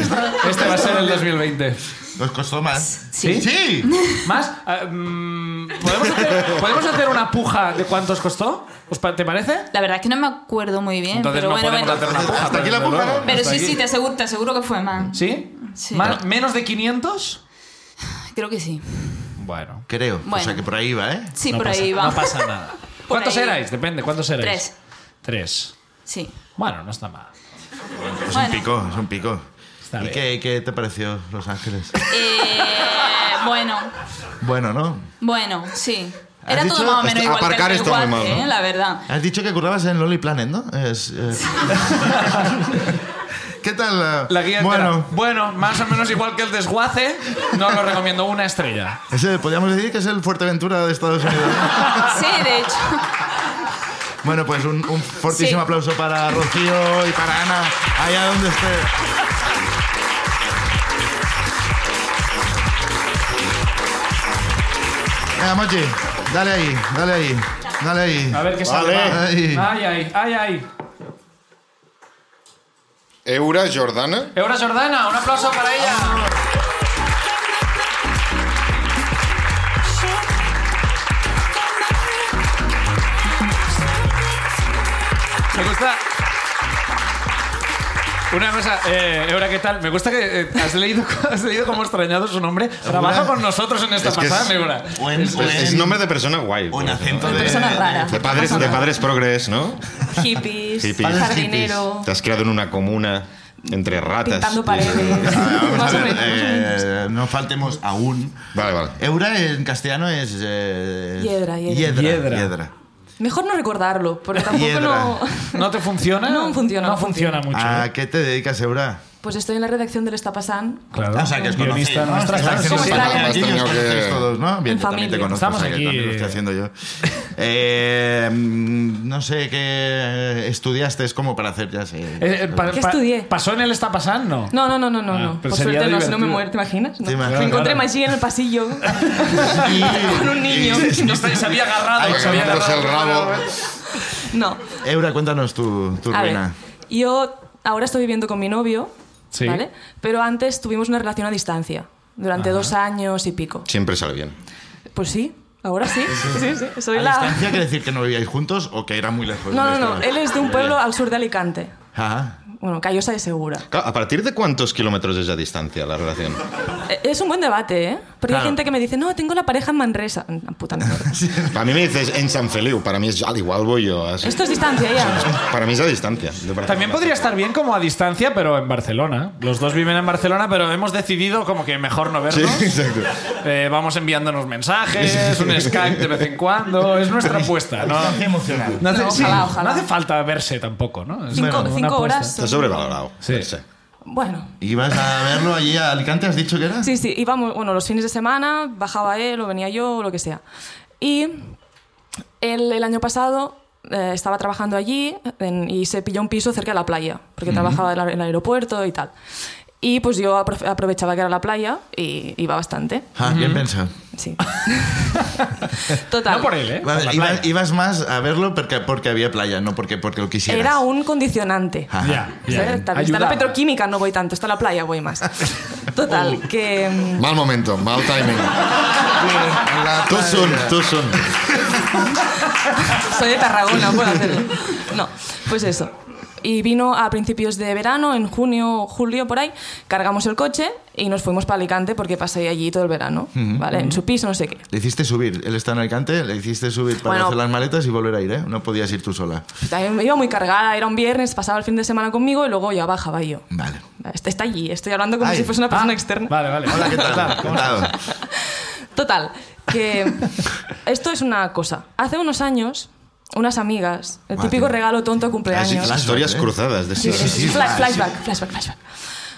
S1: Este va a ser el 2020.
S2: [LAUGHS] Nos costó más.
S1: ¿Sí?
S2: Sí.
S1: ¿Más? Ah, mm, ¿podemos, hacer, podemos hacer una puja de cuántos costó? ¿Os pa- ¿Te parece?
S5: La verdad es que no me acuerdo muy bien,
S1: Entonces
S5: Em, pero
S1: no
S5: bueno,
S1: podemos
S5: bueno.
S1: hacer una puja.
S2: Hasta aquí la
S1: desde
S2: puja,
S1: luego.
S2: ¿no?
S5: Pero
S1: Hasta
S5: sí,
S1: aquí.
S5: sí, te aseguro, te aseguro que fue más.
S1: ¿Sí?
S5: Sí.
S1: ¿Más- ¿Menos de 500?
S5: Creo que sí.
S1: Bueno.
S2: Creo. O sea
S5: Bueno.
S2: que por ahí va, ¿eh?
S5: Sí,
S1: no
S5: por
S1: pasa-
S5: ahí va.
S1: No pasa
S5: [LAUGHS]
S1: nada. ¿Cuántos
S5: ahí.
S1: erais? Depende, ¿cuántos erais?
S5: Tres.
S1: Tres.
S5: Sí.
S1: Bueno, no está mal.
S2: Es
S5: Bueno.
S2: un pico, es un pico.
S1: Está
S2: ¿Y
S1: bien.
S2: qué, qué te pareció Los Ángeles?
S5: Eh, bueno,
S2: Bueno, ¿no?
S5: Bueno, sí.
S2: ¿Has
S5: Era todo
S2: dicho?
S5: más o menos
S3: Esto-
S5: igual
S3: aparcar
S5: que el
S3: esto muy
S5: desguace,
S3: mal, ¿no?
S5: ¿eh? la verdad.
S2: Has dicho que currabas en Lonely Planet, ¿no? Es, eh,
S1: [LAUGHS]
S2: ¿Qué tal? eh?
S1: La guía entera.
S2: Bueno,
S1: Bueno, más o menos igual que el desguace, no lo recomiendo una estrella.
S2: ese podríamos decir que es el Fuerteventura de Estados Unidos.
S5: Sí, de
S3: [LAUGHS]
S5: hecho.
S2: Bueno, pues un, un fortísimo
S5: Sí.
S2: aplauso para Rocío y para Ana, allá donde esté. Venga, Mochi, dale ahí, dale ahí, dale ahí.
S1: A ver qué sale.
S3: Vale.
S1: va.
S2: Ahí.
S1: Ay, ay, ay, ay.
S3: Eura Jordana.
S1: Eura Jordana, un aplauso para ella. Me gusta. Una cosa, eh, Eura, ¿qué tal? Me gusta que eh, has, leído, has leído como extrañado su nombre. Trabaja con nosotros en esta
S3: Es que es-
S1: pasada, Eura.
S2: Buen-
S3: Es, es
S2: buen-
S3: nombre de persona guay. pues,
S2: un acento Pues de...
S5: Personas raras.
S3: De padres, de padres progres, ¿no?
S5: Hippies,
S3: Hippies.
S5: jardinero.
S3: Te has creado en una comuna. entre ratas.
S6: Pintando paredes.
S2: Ah, vamos a
S6: [LAUGHS] Más o
S2: ver,
S6: menos, más o menos.
S2: eh, no faltemos aún.
S3: Vale, vale.
S2: Eura en castellano es. eh,
S6: Hiedra, hiedra.
S2: hiedra.
S1: Hiedra.
S2: hiedra.
S6: Mejor no recordarlo, porque tampoco
S2: Hiedra.
S6: no...
S1: ¿No te funciona?
S6: No funciona,
S1: No,
S6: no
S1: funciona, mucho.
S2: ¿A
S1: ¿eh?
S2: qué te dedicas, Eura? Ah,
S6: Pues estoy en la redacción del Estapasán.
S1: Claro.
S2: O sea, que os conocéis,
S1: Guionista
S2: ¿no?
S1: nuestra,
S2: Estáis
S1: claro,
S2: en
S1: sí, sí.
S2: el
S6: Estamos
S2: panel,
S3: hemos
S2: aquí,
S3: tenido
S2: os conocéis
S3: que-
S2: todos, ¿no? Bien,
S6: En
S2: yo también te
S6: familia.
S2: conozco,
S1: Estamos
S2: o sea, que
S1: aquí.
S2: también lo estoy haciendo yo. [LAUGHS] Eh, mm, no sé qué estudiaste, es como para hacer, ya sé.
S1: Eh, eh,
S2: [LAUGHS]
S1: pa-
S6: ¿Qué
S1: pa-
S6: estudié?
S1: ¿Pasó en el está pasando?
S6: No, no, no, no, no.
S1: Ah,
S6: no.
S1: pero
S6: Por
S1: sería
S6: suerte no, si no me
S1: divertido.
S6: muero, ¿te imaginas? No.
S2: Sí,
S6: me
S2: claro,
S6: encontré
S1: claro.
S6: Maggi en el pasillo
S1: [LAUGHS]
S6: con un niño.
S1: No, se había agarrado.
S3: Ay,
S1: se Ah, pues había
S3: agarrándose el
S1: agarrado.
S3: rabo.
S6: No. [LAUGHS]
S2: Eura, cuéntanos tu, tu
S6: A ver,
S2: ruina.
S6: yo ahora estoy viviendo con mi novio,
S1: Sí.
S6: ¿vale? Pero antes tuvimos una relación a distancia, durante dos años y pico.
S3: Siempre sale bien.
S6: Pues sí, ahora sí. sí, sí. Soy
S2: ¿A
S6: la...
S2: distancia pues, quiere decir que no vivíais juntos o que era muy lejos?
S6: No, no,
S2: donde
S6: no.
S2: estabas?
S6: Él es de un
S2: Ya,
S6: pueblo
S2: ya.
S6: al sur de Alicante.
S2: Ajá.
S6: Bueno, Callosa de Segura.
S3: Claro, ¿A partir de cuántos kilómetros es la distancia la relación?
S6: Eh, Es un buen debate, ¿eh? Porque hay
S2: Claro.
S6: gente que me dice, no, tengo la pareja en Manresa. Mm, Puta mierda.
S3: A mí me dices en San Feliu, para mí es al igual voy yo. así.
S6: Esto es distancia ya.
S3: Para mí es a distancia. de Barcelona.
S1: También podría estar bien como a distancia, pero en Barcelona. Los dos viven en Barcelona, pero hemos decidido como que mejor no
S3: Sí,
S1: vernos.
S3: exacto.
S1: Eh, vamos enviándonos mensajes, un Skype de vez en cuando. Es nuestra apuesta, ¿no?
S2: emocional.
S1: No hace,
S6: No,
S1: sí,
S6: ojalá, ojalá.
S1: no hace falta verse tampoco, ¿no? Es
S6: Cinco,
S1: una
S6: cinco
S1: apuesta.
S6: horas.
S3: Está sobrevalorado.
S1: Sí.
S3: per se.
S6: Bueno,
S2: ¿Ibas a verlo allí a Alicante? ¿Has dicho que era?
S6: Sí, sí, íbamos, bueno, los fines de semana, bajaba él o venía yo o lo que sea. Y él el año pasado eh, estaba trabajando allí en- y se pilló un piso cerca de la playa, porque trabajaba en la- en el aeropuerto y tal. Y pues yo apro- aprovechaba que era la playa y iba bastante.
S2: Ah, bien pensado.
S1: [LAUGHS]
S6: Sí. Total.
S1: No por él, ¿eh?
S2: Vale,
S1: Por la
S2: iba-
S1: playa.
S2: ibas más a verlo porque, porque había playa, no porque, porque lo quisieras.
S6: Era un condicionante.
S2: Ajá.
S1: Ya,
S6: O
S1: ya.
S6: sea, está- Está la
S1: Ayudaba.
S6: petroquímica, no voy tanto. Está la playa,
S1: [LAUGHS]
S6: voy más. Total,
S1: Oh.
S6: que... mm,
S3: Mal momento, mal timing. Too soon, too soon.
S6: Soy de Tarragona, puedo hacerlo. No, pues eso. Y vino a principios de verano, en junio, julio, por ahí, cargamos el coche y nos fuimos para Alicante porque pasé allí todo el verano, ¿vale? En su piso, no sé qué.
S2: Le hiciste subir, él está en Alicante, le hiciste subir para
S6: Bueno.
S2: hacer las maletas y volver a ir, ¿eh? No podías ir tú sola.
S6: También me iba muy cargada, era un viernes, pasaba el fin de semana conmigo y luego ya bajaba yo.
S2: Vale.
S6: Está, está allí, estoy hablando como
S2: Ay.
S6: si fuese una persona
S1: Ah,
S6: externa.
S1: Vale, vale.
S2: Hola, ¿qué tal? ¿Cómo tal?
S6: Total, que esto es una cosa. Hace unos años, unas amigas, el
S2: Madre
S6: típico
S2: mía.
S6: regalo tonto de cumpleaños...
S3: Así,
S2: Flashback,
S3: las historias
S2: ¿eh?
S3: cruzadas de
S6: Sí,
S3: esas.
S6: sí, sí, flash- flashback, flashback, flashback.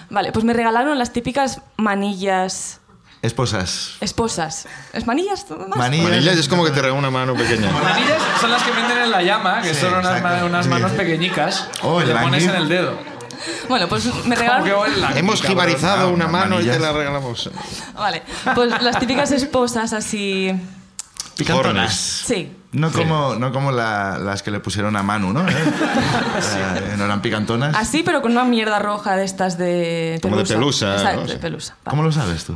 S6: Vale, pues me regalaron las típicas manillas
S2: Esposas.
S6: esposas. ¿Es manillas? ¿Todo más?
S2: Manillas.
S3: Manillas es como que te reúne una mano pequeña. [LAUGHS]
S1: Manillas son las que venden en la llama, que
S2: Sí,
S1: son unas,
S2: exacto.
S1: ma- unas manos pequeñicas
S2: Oh,
S1: que
S2: el
S1: le pones
S2: langui.
S1: en el dedo.
S6: Bueno, pues me
S1: Como que,
S6: regalaron...
S1: oh, el langui,
S3: Hemos
S1: cabrón.
S3: jibarizado
S2: Ah,
S3: una mano y te
S2: manillas.
S3: la regalamos.
S6: Vale, pues las típicas esposas así...
S2: Picantonas.
S6: Sí.
S2: No como, no como la- las que le pusieron a Manu,
S6: [LAUGHS]
S2: ¿no? ¿Eh? Eh, no eran picantonas.
S6: Así, pero con una mierda roja de estas de
S3: Como de
S6: pelusa.
S3: pelusa,
S6: Exacto,
S3: ¿no?
S6: de
S3: Sí.
S6: pelusa. Vale.
S2: ¿Cómo lo sabes tú?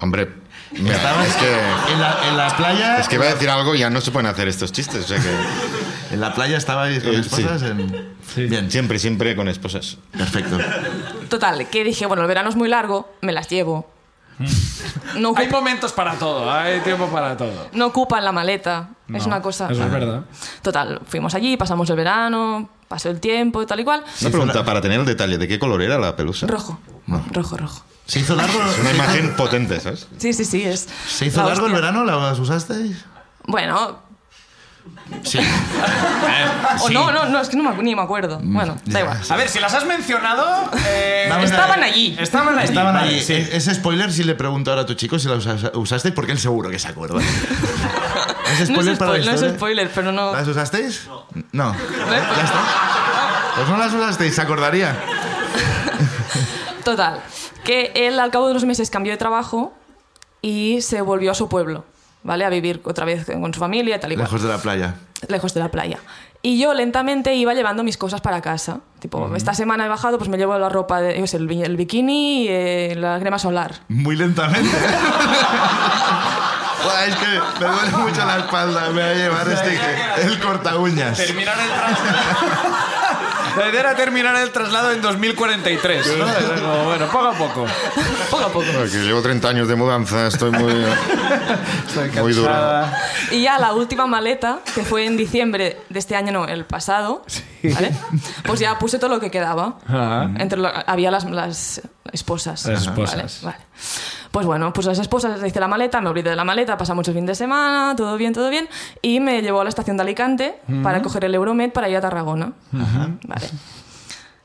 S3: Hombre, mira, es que...
S2: En la, en la playa.
S3: Es que iba a decir algo y ya no se pueden hacer estos chistes. O sea que
S2: En la playa estabais con
S3: Eh,
S2: esposas en. Bien,
S3: siempre, siempre con esposas.
S2: perfecto.
S6: Total, que dije, bueno, el verano es muy largo, me las llevo. No,
S1: [LAUGHS] Hay
S6: ocup-
S1: momentos para todo, hay tiempo para todo.
S6: no ocupan la maleta. es
S1: No,
S6: una cosa...
S1: Eso es verdad.
S6: Total, fuimos allí, pasamos el verano, pasó el tiempo, tal y cual.
S3: Una pregunta para tener el detalle: ¿de qué color era la pelusa?
S6: Rojo.
S2: No.
S6: Rojo, rojo.
S2: ¿Se hizo largo,
S3: Es una imagen potente, ¿sabes?
S6: Sí, sí, sí, es.
S2: ¿se hizo
S6: la
S2: largo el
S6: Ah, hostia.
S2: verano? ¿Las usasteis?
S6: Bueno,
S2: Sí.
S6: o no, no, no, es que no me, ni me acuerdo. Bueno, da
S2: Ah, Mm, ya.
S6: igual.
S1: A ver, si las has mencionado, eh,
S2: [LAUGHS] Vamos a
S6: Estaban
S2: ver.
S6: allí.
S1: estaban allí.
S2: Estaban
S1: vale,
S2: ahí.
S1: sí.
S2: E- Ese spoiler si le pregunto ahora a tu chico si la usa- usasteis, porque él seguro que se [LAUGHS] acuerda. ¿Es
S6: No
S2: spoiler
S6: es,
S2: para la
S6: spoil- no es
S2: historia? Ah.
S6: spoiler, pero no.
S2: ¿Las usasteis? No.
S6: no.
S2: ¿Ya está? Pues no las usasteis, se acordaría.
S6: Total. Que él al cabo de unos meses cambió de trabajo y se volvió a su pueblo, ¿vale? A vivir otra vez con su familia y tal y cual.
S2: Lejos de la playa.
S6: lejos de la playa. Y yo lentamente iba llevando mis cosas para casa. Tipo, esta semana he bajado, pues me llevo la ropa, de, yo qué sé, el, bi- el bikini y eh, la crema solar.
S2: Muy
S6: [LAUGHS]
S2: lentamente. Joder, es que me duele mucho la espalda. Me va a llevar este, el corta uñas.
S1: Terminar el trabajo. [LAUGHS] La idea era terminar el traslado en 2043. ¿no? Era como, bueno, poco a poco. Poco a poco.
S3: Porque llevo 30 años de mudanza, estoy [LAUGHS] muy.
S1: Estoy
S3: Muy duro.
S1: cansada.
S6: Y ya la última maleta, que fue en diciembre de este año, no, el pasado, ¿vale? pues ya puse todo lo que quedaba.
S1: Ah.
S6: Entre lo- había las, las esposas.
S1: Las esposas.
S6: Vale, vale. Pues bueno, pues las esposas, le hice la maleta, me olvidé de la maleta, pasamos el fin de semana, todo bien, todo bien, y me llevó a la estación de Alicante para coger el Euromed para ir a Tarragona. Vale.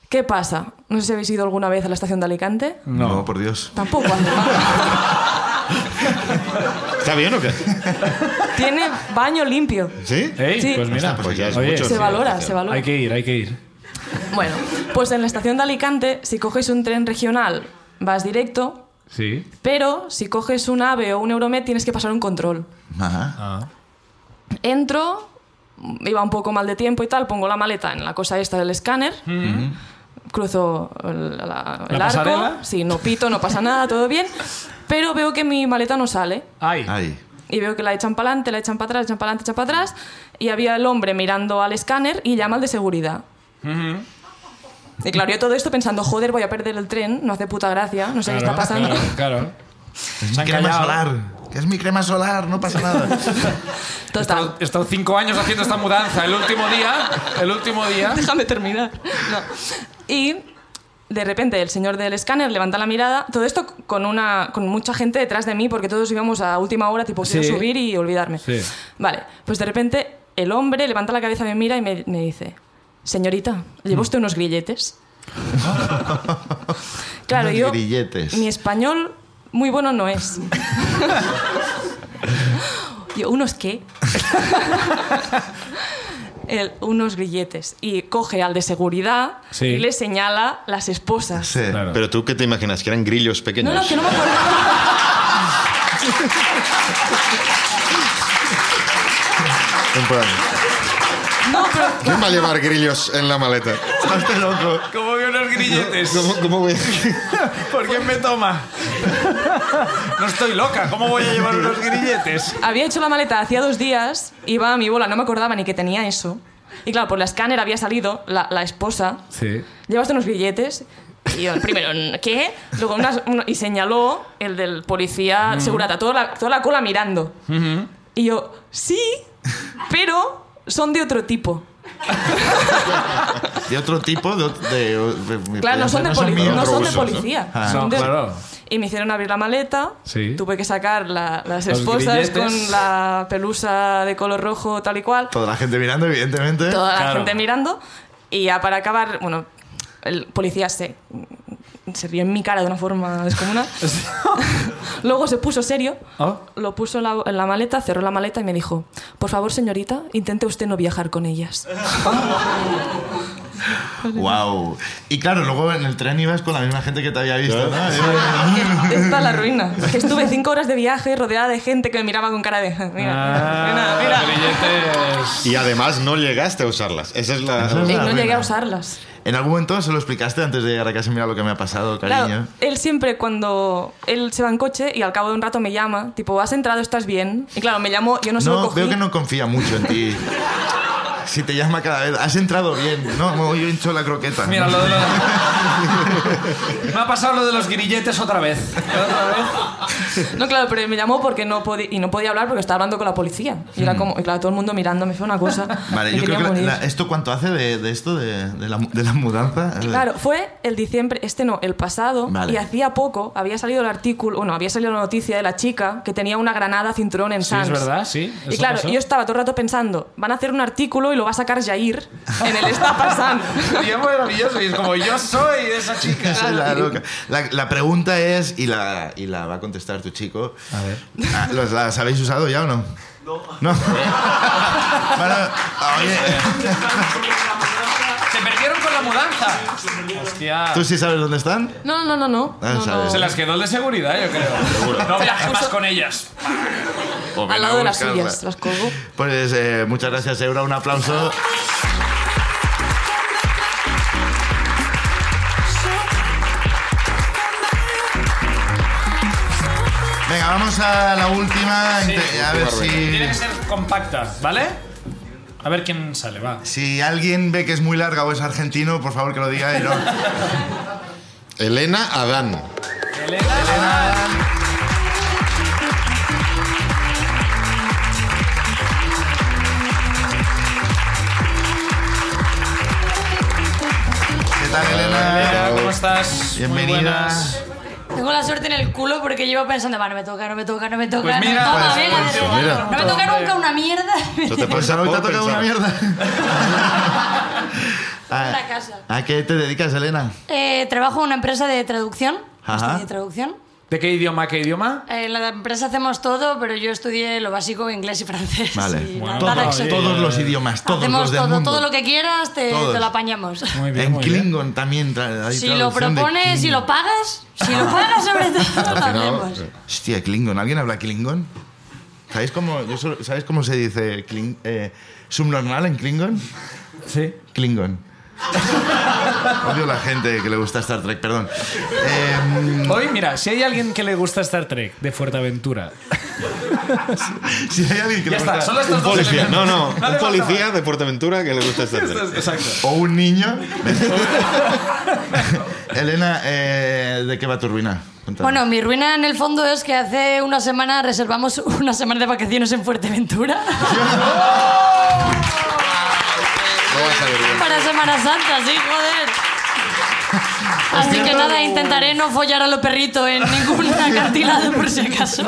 S6: ¿Qué pasa? No sé si habéis ido alguna vez a la estación de Alicante.
S2: No. por Dios.
S6: Tampoco
S1: [LAUGHS]
S6: hace nada.
S3: ¿Está bien o qué?
S6: Tiene baño limpio.
S3: ¿Sí?
S1: Ey,
S6: Sí.
S1: Pues mira,
S3: Pues ya es
S1: oye,
S3: mucho.
S6: Se valora, se valora.
S1: hay que ir, hay que ir.
S6: Bueno, pues en la estación de Alicante, si coges un tren regional, vas directo,
S1: Sí.
S6: pero si coges un AVE o un Euromed, tienes que pasar un control.
S2: Ajá.
S1: Ah.
S6: Entro, iba un poco mal de tiempo y tal, pongo la maleta en la cosa esta del escáner, cruzo el, la- el
S1: ¿La pasarela?
S6: arco, sí, no pito, no pasa nada, todo bien, pero veo que mi maleta no sale.
S1: Ay.
S2: Ahí.
S6: Y veo que la echan para adelante, la echan para atrás, echan para adelante, echan para atrás. Y había el hombre mirando al escáner y llama al de seguridad. Y claro, yo todo esto pensando, joder, voy a perder el tren, no hace puta gracia, no sé qué está pasando.
S1: Ah, Claro, claro. Se han
S2: Crema
S1: callado.
S2: solar. Que es mi crema solar, no pasa nada.
S1: He
S6: Total.
S1: estado, he estado cinco años haciendo esta mudanza. El último día, el último día.
S6: [LAUGHS] Déjame terminar. No. Y de repente el señor del escáner levanta la mirada. Todo esto con, una, con mucha gente detrás de mí, porque todos íbamos a última hora, tipo, quiero
S1: Sí.
S6: subir y olvidarme.
S1: Sí.
S6: Vale, pues de repente el hombre levanta la cabeza, me mira y me, me dice: Señorita, ¿lleva usted unos grilletes? claro,
S2: Unos
S6: yo.
S2: grilletes.
S6: Mi español muy bueno no es. yo, ¿unos qué? el- unos grilletes y coge al de seguridad
S1: Sí.
S6: y le señala las esposas.
S2: Sí.
S1: Claro.
S3: Pero tú qué te imaginas, que eran grillos pequeños.
S6: No, no, que no me acordaba.
S3: En plan,
S6: No, pero
S3: ¿Quién va a llevar grillos en la maleta?
S2: Está usted loco.
S1: Como veo unos grilletes.
S3: ¿Cómo, cómo voy a-
S1: ¿Por quién me toma? No estoy loca. ¿Cómo voy a llevar unos grilletes?
S6: había hecho la maleta hacía dos días, iba a mi bola, no me acordaba ni que tenía eso. Y claro, por la escáner había salido la, la esposa.
S1: Sí.
S6: Llevaste unos billetes. Y yo, primero, ¿qué? Luego, unas- una- y señaló el del policía, segurata, toda la, toda la cola mirando. Y yo, sí, pero son de otro tipo.
S2: De otro tipo, de... ot- de- de-
S6: Claro, no son de, poli-
S2: míos.
S6: no son de
S3: Otro uso,
S6: policía.
S2: Ah.
S6: son
S1: No,
S6: de-
S1: claro.
S6: Y me hicieron abrir la maleta.
S1: Sí.
S6: Tuve que sacar la- las
S1: Los
S6: esposas
S1: grilletes.
S6: con la pelusa de color rojo, tal y cual.
S2: Toda la gente mirando, evidentemente.
S6: toda la
S1: Claro.
S6: gente mirando. Y ya para acabar, bueno, el policía se, se rió en mi cara de una
S1: [LAUGHS]
S6: forma descomunal. [LAUGHS] Luego se puso serio,
S1: Oh.
S6: lo puso en la, en la maleta, cerró la maleta y me dijo, por favor señorita, intente usted no viajar con ellas.
S2: Wow. Y claro, luego en el tren ibas con la misma gente que te había visto, ¿no?
S6: Esta es la ruina. Que estuve cinco horas de viaje rodeada de gente que me miraba con cara de... Mira,
S1: Ah,
S6: mira, mira".
S1: Grilletes.
S3: Y además no llegaste a usarlas. Esa es la...
S2: Esa es
S6: Y
S2: la
S6: no llegué
S2: ruina.
S6: a usarlas.
S2: [LAUGHS] En algún momento se lo explicaste antes de llegar a casa, mira lo que me ha pasado, cariño.
S6: Claro, él siempre cuando él se va en coche y al cabo de un rato me llama, tipo, ¿has entrado? ¿Estás bien? Y claro, me llamó, yo no se lo
S2: No,
S6: cogí.
S2: veo que no confía mucho en ti. Si te llama cada vez, has entrado bien. No, no, yo hincho la croqueta.
S1: Mira, lo de [LAUGHS] lo- Me ha pasado lo de los grilletes otra vez. Otra vez.
S6: No, claro, pero me llamó porque no podía, y no podía hablar porque estaba hablando con la policía. Y era como, y claro, todo el mundo mirándome, fue una cosa.
S2: Mm. [LAUGHS] Vale,
S6: me
S2: yo creo
S6: quería
S2: que la-
S6: morir.
S2: la- esto cuánto hace de, de esto, de, de la, mu- de la mudanza.
S6: Claro, fue el diciembre, este no, el pasado,
S2: Vale.
S6: y hacía poco había salido el artículo, bueno, había salido la noticia de la chica que tenía una granada cinturón en
S1: Sí,
S6: Sants.
S1: es verdad, sí,
S6: Y
S1: eso
S6: claro,
S1: pasó.
S6: yo estaba todo el rato pensando, van a hacer un artículo y lo va a sacar Jair en
S2: [LAUGHS]
S6: el Estapa Sans.
S2: Ah,
S1: Y es maravilloso. Y es como, yo soy esa chica.
S2: Esa [LAUGHS] es la, loca. La- la pregunta es, y la, y la va a contestar tu chico.
S1: A ver.
S2: Ah, ¿los- ¿Las habéis usado ya o no? No. No. [LAUGHS] Bueno, oye,
S1: Se perdieron con la mudanza. Hostia.
S2: ¿tú sí sabes dónde están?
S6: No, no, no, no.
S2: Ah,
S6: no,
S2: sabes.
S6: no.
S1: Se las quedó el de seguridad, yo
S3: [LAUGHS]
S1: creo. No viajes más con ellas.
S6: Al lado de las sillas, las colgo.
S2: Pues eh, muchas gracias, Eura. Un aplauso. Venga, vamos a la última. Inte- a ver
S1: Eh.
S3: Última
S2: si.
S1: Tiene que ser compacta, ¿vale? A ver quién sale, va.
S2: Si alguien ve que es muy larga o es argentino, por favor que lo diga. y no-
S3: Elena Adán.
S2: ¿Qué tal, Elena?
S1: Hola, ¿cómo estás? Muy
S2: Bienvenida.
S1: buenas.
S7: Tengo la suerte en el culo porque llevo pensando, "Va, no me toca, no me toca, no me toca.
S1: Pues
S7: no
S1: mira,
S7: me toca,
S1: pues,
S7: venga,
S1: pues,
S7: de regalo.
S3: mira.
S7: no me toca
S1: Entonces-
S7: nunca una mierda. [LAUGHS]
S3: Eso [LAUGHS] te
S2: Pues
S3: pasa
S2: ahora te ha
S3: por
S2: tocado una
S3: pensar.
S2: [LAUGHS] mierda.
S7: Una casa.
S2: ¿A qué te dedicas, Elena?
S7: Eh, trabajo en una empresa de traducción.
S2: Ajá.
S7: Estudié traducción.
S1: ¿De qué idioma, qué idioma?
S7: Eh, en la empresa hacemos todo, pero yo estudié lo básico, inglés y francés.
S2: Vale.
S7: y
S1: Bueno,
S7: nada,
S1: todo,
S7: nada
S2: Todos,
S7: exótico.
S2: todos los idiomas, todos
S7: Hacemos
S2: los del
S7: todo,
S2: mundo.
S7: todo lo que quieras te,
S2: Todos.
S7: te lo apañamos.
S1: Muy bien,
S2: en
S1: muy bien.
S2: Klingon también tra- hay
S7: Si lo
S2: traducción de
S7: propones, si
S2: Klingon.
S7: lo pagas, si lo pagas sobre todo,
S2: [LAUGHS]
S7: lo
S3: Al
S7: hacemos.
S2: eh,
S3: final,
S2: Hostia, Klingon. ¿Alguien habla Klingon? ¿Sabéis cómo, yo solo- ¿sabéis cómo se dice Kling- eh, subnormal en Klingon?
S1: Sí.
S7: [LAUGHS]
S2: Klingon. Odio la gente que le gusta Star Trek, perdón. Eh,
S1: Hoy, mira, si hay alguien que le gusta Star Trek de Fuerteventura.
S2: si hay alguien
S1: Ya
S2: que le
S1: está,
S2: gusta-
S1: solo estos
S3: Un
S1: dos
S3: policía, no,
S1: elementos.
S3: no,
S1: le
S3: un
S1: falta
S3: policía de Fuerteventura que le gusta esta
S1: más. Exacto.
S2: O un niño. [LAUGHS] Elena, eh, ¿de qué va tu ruina? Cuéntame.
S7: Bueno, mi ruina en el fondo es que hace una semana reservamos [LAUGHS] una semana de vacaciones en Fuerteventura [LAUGHS] para Semana Santa, sí, joder. Así que
S2: cierto?
S7: nada, intentaré no follar a los perritos en ningún [LAUGHS] acantilado por si acaso.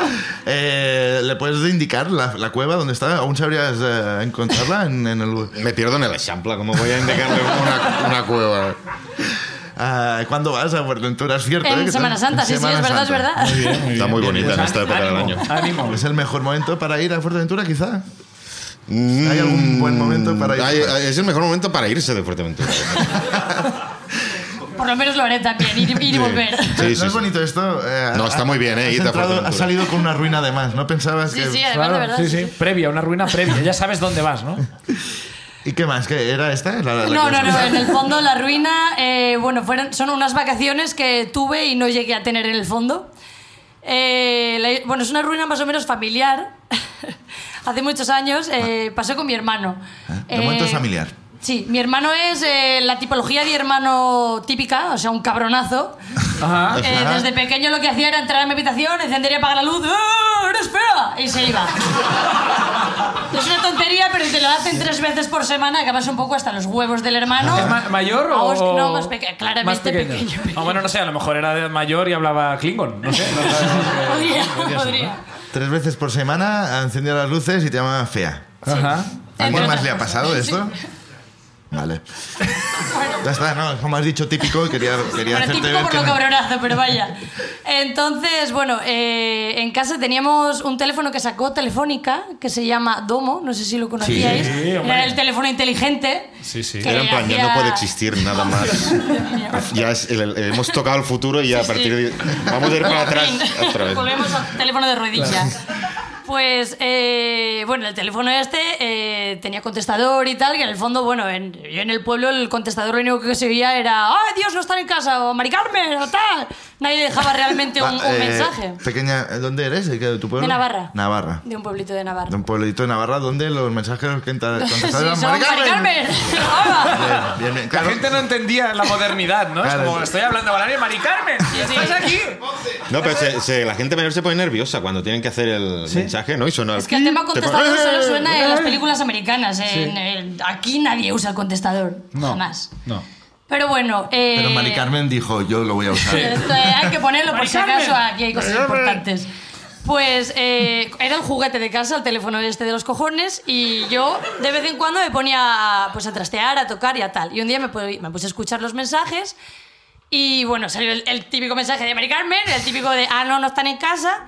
S2: Eh, ¿Le puedes indicar la, la cueva donde está? ¿Aún sabrías eh, encontrarla en, en el...
S3: Me pierdo en el Eixample, ¿cómo voy a indicarle una, una cueva?
S2: Ah, ¿Cuándo vas a Fuerteventura? Es cierto.
S7: En
S2: ¿eh? que
S7: Semana
S2: te-
S7: Santa,
S2: en
S7: sí, sí,
S2: Semana
S7: es verdad, es
S2: Santa.
S7: verdad.
S3: Está muy bonita en esta época del
S1: Ánimo,
S3: año.
S1: Ánimo.
S2: Es el mejor momento para ir a Fuerteventura, quizá.
S3: Mm,
S2: ¿Hay algún buen momento para ir?
S3: hay- hay- es el mejor momento para irse de Fuerteventura.
S7: Por lo menos lo haré también, ir, ir y
S3: Sí.
S7: volver.
S3: Sí,
S2: ¿No
S3: sí,
S2: es
S3: sí.
S2: bonito esto? Eh,
S3: No, está muy bien, eh,
S2: Has,
S3: id a
S2: entrado-
S3: Fuerteventura.
S2: has salido con una ruina además, ¿no pensabas
S7: Sí,
S2: que...?
S7: sí, además de
S1: Claro,
S7: verdad.
S1: sí,
S7: sí,
S1: sí. Previa, una ruina previa. Ya sabes dónde vas, ¿no?
S2: ¿Y qué más? ¿Qué era esta? La- la- la
S7: No,
S2: que
S7: no,
S2: has
S7: no.
S2: pensado.
S7: En el fondo, la ruina, eh, bueno, fueron, son unas vacaciones que tuve y no llegué a tener en el fondo. Eh, la- bueno, es una ruina más o menos familiar. [LAUGHS] Hace muchos años eh, pasó con mi hermano.
S2: Ah.
S7: Eh,
S2: De momento es familiar.
S7: Sí, mi hermano es eh, la tipología de hermano típica, o sea, un cabronazo.
S1: Ajá.
S7: Eh, desde pequeño lo que hacía era entrar a mi habitación, encendería, apagar la luz, ¡Ah, ¡eres fea! Y se
S1: [LAUGHS]
S7: iba. es una tontería, pero te lo hacen tres veces por semana, acabas un poco hasta los huevos del hermano.
S1: ¿Es ma- mayor
S7: Ah, es que
S1: o.?
S7: no, más peque-
S1: [LAUGHS]
S7: claramente pequeño.
S1: Ah, bueno, no sé, a lo mejor era de mayor y hablaba Klingon. No sé. no sé.
S7: Podría, podría.
S2: Tres veces por semana encendía las luces y te llamaba fea.
S1: Ajá.
S2: ¿A
S7: Entre
S2: alguien más
S7: otras
S2: le ha pasado
S7: cosas.
S2: esto?
S7: [LAUGHS]
S2: Vale. Ya está, no, como has dicho típico, quería, quería hacerte
S7: Bueno, típico
S2: ver
S7: por
S2: que
S7: lo
S2: no.
S7: cabronazo, pero vaya. Entonces, bueno, eh, en casa teníamos un teléfono que sacó Telefónica, que se llama Domo, no sé si lo conocíais.
S1: Sí, hombre.
S7: Era el teléfono inteligente.
S1: Sí, sí.
S7: que
S3: Era en plan, ya no
S7: hacía-
S3: puede existir nada
S7: [LAUGHS]
S3: más. Ya es el- el- hemos tocado el futuro y ya a partir de. Vamos a ir para atrás
S7: Fin.
S3: otra vez.
S7: [LAUGHS] Volvemos al teléfono de ruedillas. Pues, eh, bueno, el teléfono este eh, tenía contestador y tal, que en el fondo, bueno, en, yo en el pueblo el contestador lo único que se oía era ¡Ay, Dios, no están en casa! o ¡Mari Carmen! o tal. Nadie dejaba
S2: [LAUGHS]
S7: realmente
S2: Va,
S7: un, un
S2: eh,
S7: mensaje.
S2: Pequeña, eh, ¿dónde eres? ¿De qué- de tu pueblo?
S7: De Navarra.
S2: Navarra.
S7: De un pueblito de Navarra.
S2: De un puebledito de Navarra donde los mensajes que entra-
S7: [LAUGHS] Sí,
S2: contestaban
S7: son
S2: eran "Mari Carmen".
S7: [LAUGHS] Hola.
S2: Bien, bien, bien,
S1: La
S2: claro.
S1: gente no entendía la modernidad, ¿no? Es
S2: Claro,
S1: como,
S2: sí.
S1: estoy hablando con alguien, Mari Carmen, ¿estás aquí?
S3: No, pero se- se- la gente mayor se pone nerviosa cuando tienen que hacer el mensaje, ¿no? Y sonar.
S7: Es que el tema
S3: Te pone-
S7: contestador solo suena
S2: Eh.
S7: en las películas americanas. en- en- aquí nadie usa el contestador.
S1: No.
S7: Jamás.
S1: No.
S7: Pero bueno. eh,
S2: Pero Mari Carmen dijo, yo lo voy a usar.
S7: esto, eh, hay que ponerlo por
S1: Mari
S7: si
S1: Carmen.
S7: acaso. Aquí hay cosas importantes. Pues eh, era el juguete de casa, el teléfono este de los cojones, y yo de vez en cuando me ponía a, pues, a trastear, a tocar y a tal. Y un día me, pu- me puse a escuchar los mensajes y bueno, salió el, el típico mensaje de Mari Carmen, el típico de, ah, no, no están en casa.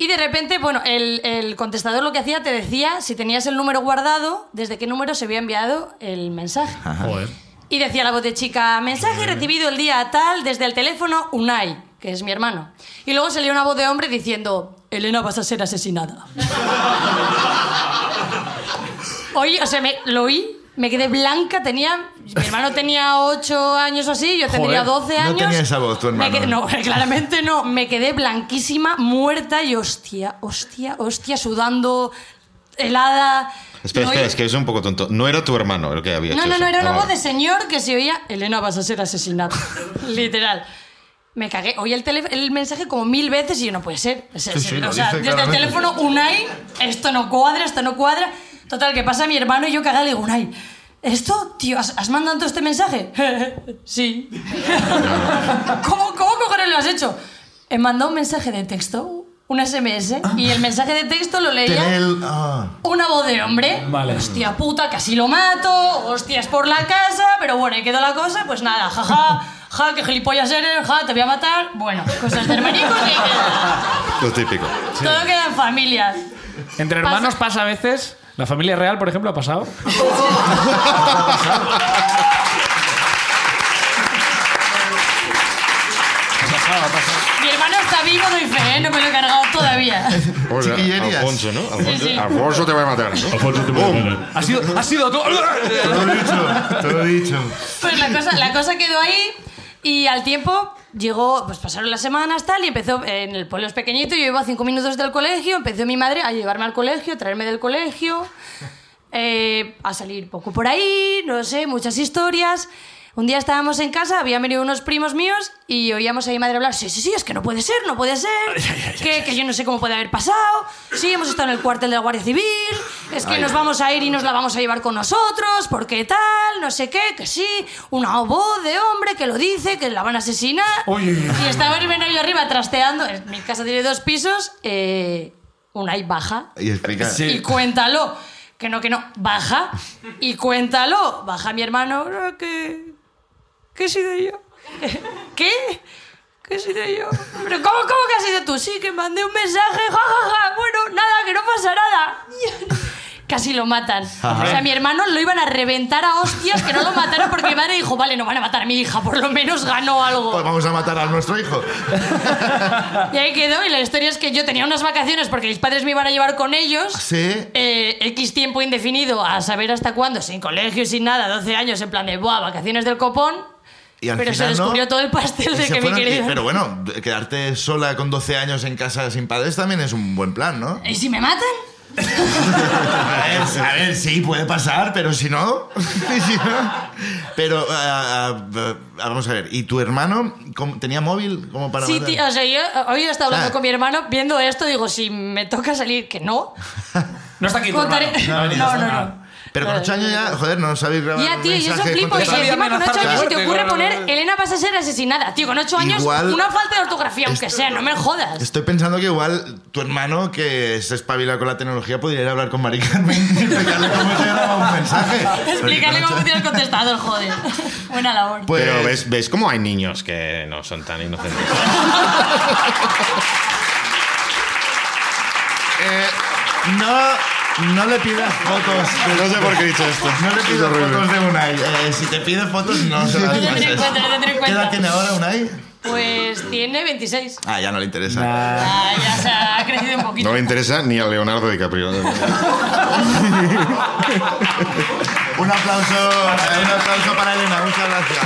S7: Y de repente, bueno, el, el contestador lo que hacía te decía si tenías el número guardado, desde qué número se había enviado el mensaje.
S1: Joder.
S7: Y decía la voz de chica, mensaje recibido el día tal desde el teléfono Unai, que es mi hermano. Y luego salió una voz de hombre diciendo, Elena vas a ser
S2: [LAUGHS]
S7: asesinada. Oí, o sea, me- lo oí, me quedé blanca, tenía, mi hermano tenía 8 años o así, yo tendría 12
S2: no
S7: años.
S2: tenía esa voz tu
S7: Me
S2: hermano.
S7: quedé- no, [LAUGHS] claramente no, me quedé blanquísima, muerta y hostia, hostia, hostia, sudando, helada.
S3: Espera, espera,
S7: No, oye.
S3: es que es un poco tonto. No era tu hermano el que había
S7: No,
S3: hecho
S7: no,
S3: eso.
S7: no, era una
S3: Ah,
S7: voz
S3: vale.
S7: de señor que se oía, Elena, vas a ser asesinada. Literal. Me cagué. Oí el, tele- el mensaje como mil veces y yo, no puede ser. O sea,
S2: Sí, sí,
S7: o
S2: lo
S7: sea,
S2: dice
S7: desde el
S2: claramente.
S7: teléfono, Unai, esto no cuadra, esto no cuadra. Total, que pasa mi hermano y yo cagada le digo, Unai, ¿esto, tío, has, has mandado este mensaje? [LAUGHS] sí. ¿Cómo, ¿Cómo cojones lo has hecho? He mandado un mensaje de texto, un SMS, y el mensaje de texto lo leía...
S2: Tener el- ah.
S7: Una voz de hombre.
S1: Vale.
S7: Hostia puta, casi lo mato. Hostias por la casa. Pero bueno, ahí quedó la cosa. Pues nada, jaja. Ja, ja, qué gilipollas eres. Ja, te voy a matar. Bueno, cosas de hermanicos. y ahí queda.
S3: Lo típico.
S7: Todo queda en familia.
S1: Entre hermanos pasa a veces. La familia real, por ejemplo, ha pasado.
S7: Mi hermano está vivo, doy fe, ¿eh? No me lo he cargado todavía.
S3: Hola,
S2: Chiquillerías.
S3: Alfonso, ¿no? Alfonso,
S7: Sí, sí.
S3: Alfonso te voy a matar, ¿no?
S8: Alfonso te puede ganar.
S1: Ha sido, ha sido tú.
S2: Todo dicho, todo
S7: [LAUGHS]
S2: dicho.
S7: Pues la cosa, la cosa quedó ahí y al tiempo llegó, pues pasaron las semanas tal y empezó, eh, en el pueblo es pequeñito, yo iba a cinco minutos del colegio, empezó mi madre a llevarme al colegio, a traerme del colegio, eh, a salir poco por ahí, no sé, muchas historias. Un día estábamos en casa, habían venido unos primos míos y oíamos a mi madre hablar, sí, sí, sí, es que no puede ser, no puede ser, que, que yo no sé cómo puede haber pasado, sí, hemos estado en el cuartel de la Guardia Civil, es que nos vamos a ir y nos la vamos a llevar con nosotros, porque tal, no sé qué, que sí, una voz de hombre que lo dice, que la van a asesinar. Y estaba el menor yo arriba trasteando, en mi casa tiene dos pisos, eh, una y baja,
S2: Y explica.
S7: y cuéntalo. Que no, que no, baja y cuéntalo. Baja mi hermano, "Ah, que. ¿Qué he sido yo? [LAUGHS] ¿Qué? ¿Qué he sido yo? ¿Pero cómo, cómo que has sido tú? Sí, que mandé un mensaje, jajaja. Bueno, nada, que no pasa nada. [LAUGHS] Casi lo matan. O sea, mi hermano lo iban a reventar a hostias que no lo mataron porque mi madre dijo, vale, no van a matar a mi hija, por lo menos ganó algo.
S2: Pues vamos a matar a nuestro hijo.
S7: Y ahí quedó, y la historia es que yo tenía unas vacaciones porque mis padres me iban a llevar con ellos.
S2: ¿Ah, Sí.
S7: Eh, X tiempo indefinido, a saber hasta cuándo, sin colegio, sin nada, 12 años, en plan de, buah, vacaciones del copón.
S2: Y al
S7: pero se
S2: final no.
S7: descubrió todo el [LAUGHS] pastel
S2: Y
S7: de
S2: se
S7: que mi
S2: fueron, y-
S7: querido...
S2: pero bueno, quedarte sola con 12 años en casa sin padres también es un buen plan, ¿no?
S7: ¿Y si me matan?
S2: A ver, a ver, sí, puede pasar, pero si no. [LAUGHS] y si no- pero, ah, ah, ah, vamos a ver, ¿y tu hermano cómo- tenía móvil como para.?
S7: Sí,
S2: matar?
S7: tío, o sea, yo eh, hoy he estado hablando
S2: Ah.
S7: con mi hermano, viendo esto, digo, si me toca salir, que no.
S1: No está aquí. tu
S7: Contaré...
S1: hermano. Ah.
S7: No, no, no.
S2: Pero con 8 años ya, joder, no sabéis grabar.
S7: Ya,
S2: un
S7: tío, yo eso
S2: Ah, mensaje,
S7: flipo. Y
S2: contestar.
S1: Sabía
S7: encima con
S1: amenazar
S7: 8 años se te
S1: muerte,
S7: ocurre
S1: claro,
S7: poner
S1: claro, claro.
S7: Elena vas a ser asesinada. Tío, con 8 años,
S2: Igual-
S7: una falta de ortografía, aunque
S2: Esto-
S7: sea, no me jodas.
S2: Estoy pensando que igual tu hermano, que se espabila con la tecnología, podría ir a hablar con Mari Carmen y explicarle cómo se graba un mensaje.
S7: Explícale
S2: Porque con
S7: cómo
S2: ocho-
S7: funciona el
S2: [LAUGHS]
S7: contestador, joder. Buena labor.
S2: Pues-
S3: Pero ves, ves cómo hay niños que no son tan inocentes.
S2: Eh, no, no le pidas fotos. de-
S3: [LAUGHS] No sé por qué he dicho esto.
S2: No le
S3: Es
S2: pidas
S3: horrible.
S2: fotos de Unai. Eh, si te pide fotos, no se las
S7: Lo tendré en
S2: pases.
S7: cuenta, lo tendré en
S2: ¿Qué
S7: cuenta.
S2: edad tiene ahora Unai?
S7: Pues tiene 26.
S2: Ah, ya no le interesa.
S7: Ah, ya se ha crecido un poquito.
S3: No le interesa ni a Leonardo DiCaprio.
S2: Un aplauso, eh, un aplauso para Elena, muchas gracias.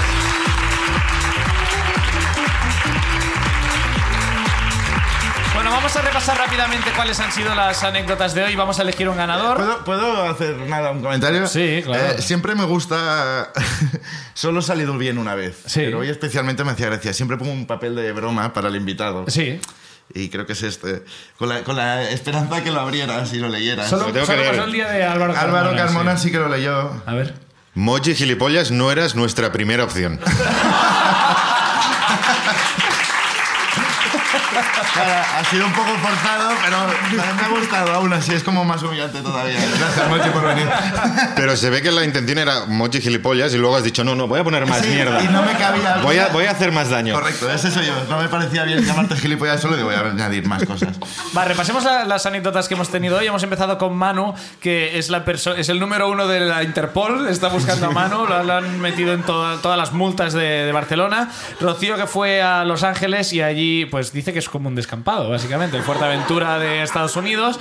S1: Bueno, vamos a repasar rápidamente cuáles han sido las anécdotas de hoy. Vamos a elegir un ganador.
S2: ¿Puedo, puedo hacer nada, un comentario?
S1: Sí, claro.
S2: Eh, siempre me gusta. [LAUGHS] Solo he salido bien una vez.
S1: Sí.
S2: Pero hoy especialmente me hacía gracia. Siempre pongo un papel de broma para el invitado.
S1: Sí.
S2: Y creo que es este. Con la, con la esperanza que lo abrieras y lo leyeras.
S1: Solo,
S3: tengo que
S1: solo
S3: leer.
S1: pasó el día de Álvaro Carmona.
S2: Álvaro Carmona
S1: sí.
S2: sí que lo leyó.
S1: A ver.
S3: Moji gilipollas, no eras nuestra primera opción.
S2: Ahora, ha sido un poco forzado, pero me ha gustado aún así. Es como más humillante todavía. Gracias, Mochi, por venir.
S3: Pero se ve que la intención era Moji gilipollas y luego has dicho, no, no, voy a poner más
S2: Sí,
S3: mierda.
S2: Y no me cabía.
S3: Voy a, voy a hacer más daño.
S2: Correcto, ese soy yo. No me parecía bien llamarte gilipollas solo y voy a añadir más cosas.
S1: Va, repasemos la- las anécdotas que hemos tenido hoy. Hemos empezado con Manu, que es, la perso- es el número uno de la Interpol. Está buscando a Manu, lo, lo han metido en toda- todas las multas de, de Barcelona. Rocío, que fue a Los Ángeles y allí, pues dice que es como un descampado, básicamente. El Fuerteventura de Estados Unidos.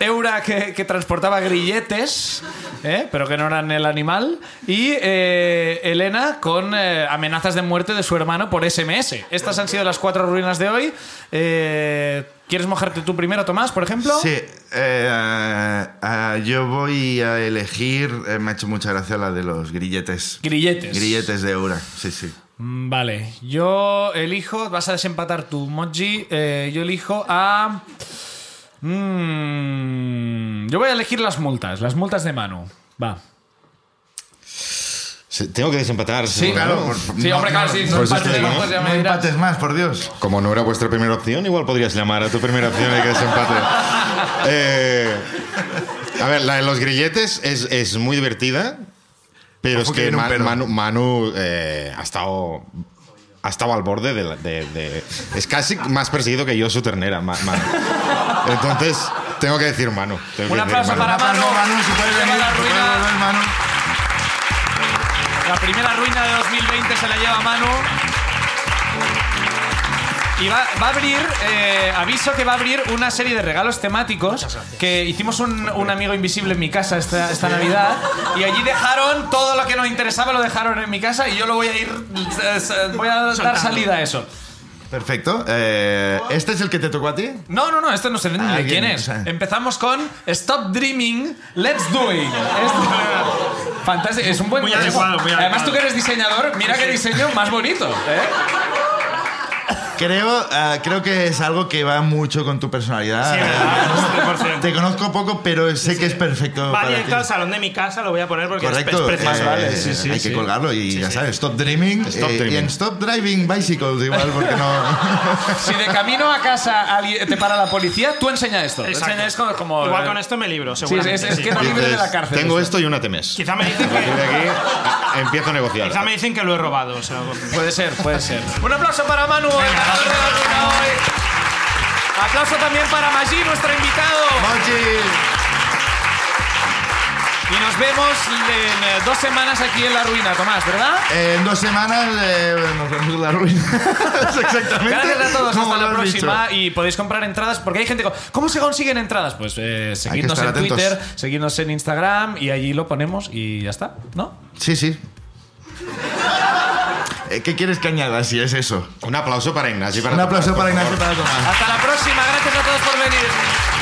S1: Eura que, que transportaba grilletes, ¿eh? pero que no eran el animal. Y eh, Elena con eh, amenazas de muerte de su hermano por SMS. Estas han sido las cuatro ruinas de hoy. Eh, ¿Quieres mojarte tú primero, Tomás, por ejemplo?
S2: Sí, eh, ah, ah, yo voy a elegir, eh, me ha hecho mucha gracia la de los grilletes.
S1: Grilletes.
S2: Grilletes de Eura, sí, sí.
S1: Mm, Vale, yo elijo, vas a desempatar tu moji, eh, yo elijo a... Mm, yo voy a elegir las multas, las multas de mano. Va.
S3: Se- Tengo que desempatar.
S1: Sí,
S3: seguro,
S1: claro,
S3: ¿no?
S1: por- Sí, hombre, claro, sí, son
S2: por eso
S1: parte de
S2: estoy-
S1: los juegos, ya me
S2: no
S1: dirás.
S2: empates más, por Dios.
S3: Como no era vuestra primera opción, igual podrías llamar a tu primera opción y que desempate. Eh, a ver, la de los grilletes es, es muy divertida, pero
S2: Ojo
S3: es
S2: que
S3: que
S2: viene un
S3: Ma-
S2: perro.
S3: Manu, Manu, eh, ha estado... Ha estado al borde de, la- de- de- Es casi más perseguido que yo su ternera, Ma- Manu. Entonces, tengo que decir Manu. tengo que
S1: Un
S3: decir
S1: aplauso
S3: Manu.
S1: para- Manu,
S2: Manu, Manu, si puedes
S1: lleva
S2: venir,
S1: la
S2: si puedes
S1: ruina.
S2: volver, Manu.
S1: La primera ruina de 2020 se la lleva Manu. Y va, va a abrir, eh, aviso que va a abrir una serie de regalos temáticos que hicimos un, un amigo invisible en mi casa esta, esta Navidad y allí dejaron todo lo que nos interesaba, lo dejaron en mi casa y yo lo voy a ir, eh, eh, voy a dar salida a eso.
S2: Perfecto. eh, ¿Este es el que te tocó a ti?
S1: No, no, no, esto no sé ni
S2: Ah,
S1: de
S2: bien,
S1: quién es.
S2: o sea.
S1: Empezamos con Stop Dreaming, Let's Do It. Es- fantástico, es un buen
S4: Muy
S1: es-
S4: adecuado, muy
S1: Además,
S4: adecuado.
S1: tú que eres diseñador, mira qué diseño más bonito. ¿eh?
S2: Creo, ah, creo que es algo que va mucho con tu personalidad.
S4: Sí, ¿verdad?
S2: Te conozco poco, pero sé que es perfecto
S4: Va
S2: para
S4: directo al
S2: ti.
S4: salón de mi casa, lo voy a poner porque es-
S2: Correcto,
S4: es, precioso.
S2: eh,
S1: vale, sí,
S2: hay que colgarlo y ya sabes, stop dreaming,
S3: Stop
S2: eh, y
S3: dreaming.
S2: en stop driving bicycles igual,
S1: [LAUGHS]
S2: porque no...
S1: Si de camino a casa alguien te para la policía, tú enseña esto.
S4: Exacto.
S1: Enseña esto como,
S4: Igual
S1: eh,
S4: con esto me libro,
S1: Sí, es,
S4: seguramente.
S1: es que no
S4: sí.
S1: libre de la
S3: Dices,
S1: cárcel.
S3: Tengo
S1: esto.
S3: esto y una temes.
S4: Quizá me dicen
S3: A partir de
S4: que,
S3: aquí a- empiezo a negociar.
S4: quizá me dicen que lo he robado. o sea,
S1: Puede ser, puede ser. Un aplauso para Manu, el ganador de la ruina hoy. Aplauso también para Maggi, nuestro invitado.
S2: ¡Mochi!
S1: Y nos vemos en eh, dos semanas aquí en La Ruina, Tomás, ¿verdad?
S2: Eh, en dos semanas eh, nos vemos en la ruina. [LAUGHS] Es Exactamente.
S1: Gracias a todos,
S2: como
S1: hasta la
S2: lo has dicho.
S1: próxima y podéis comprar entradas porque hay gente co- ¿Cómo se consiguen entradas? Pues eh, seguidnos en
S2: estar atentos.
S1: Twitter, seguidnos en Instagram y allí lo ponemos y ya está, ¿no?
S2: Sí, sí. Eh, ¿Qué quieres que añada si es eso?
S3: Un aplauso para Ignacio. y para
S2: Un aplauso
S3: Tomás, por
S2: para Ignacio y
S3: favor.
S2: para Tomás.
S1: Hasta la próxima, gracias a todos por venir.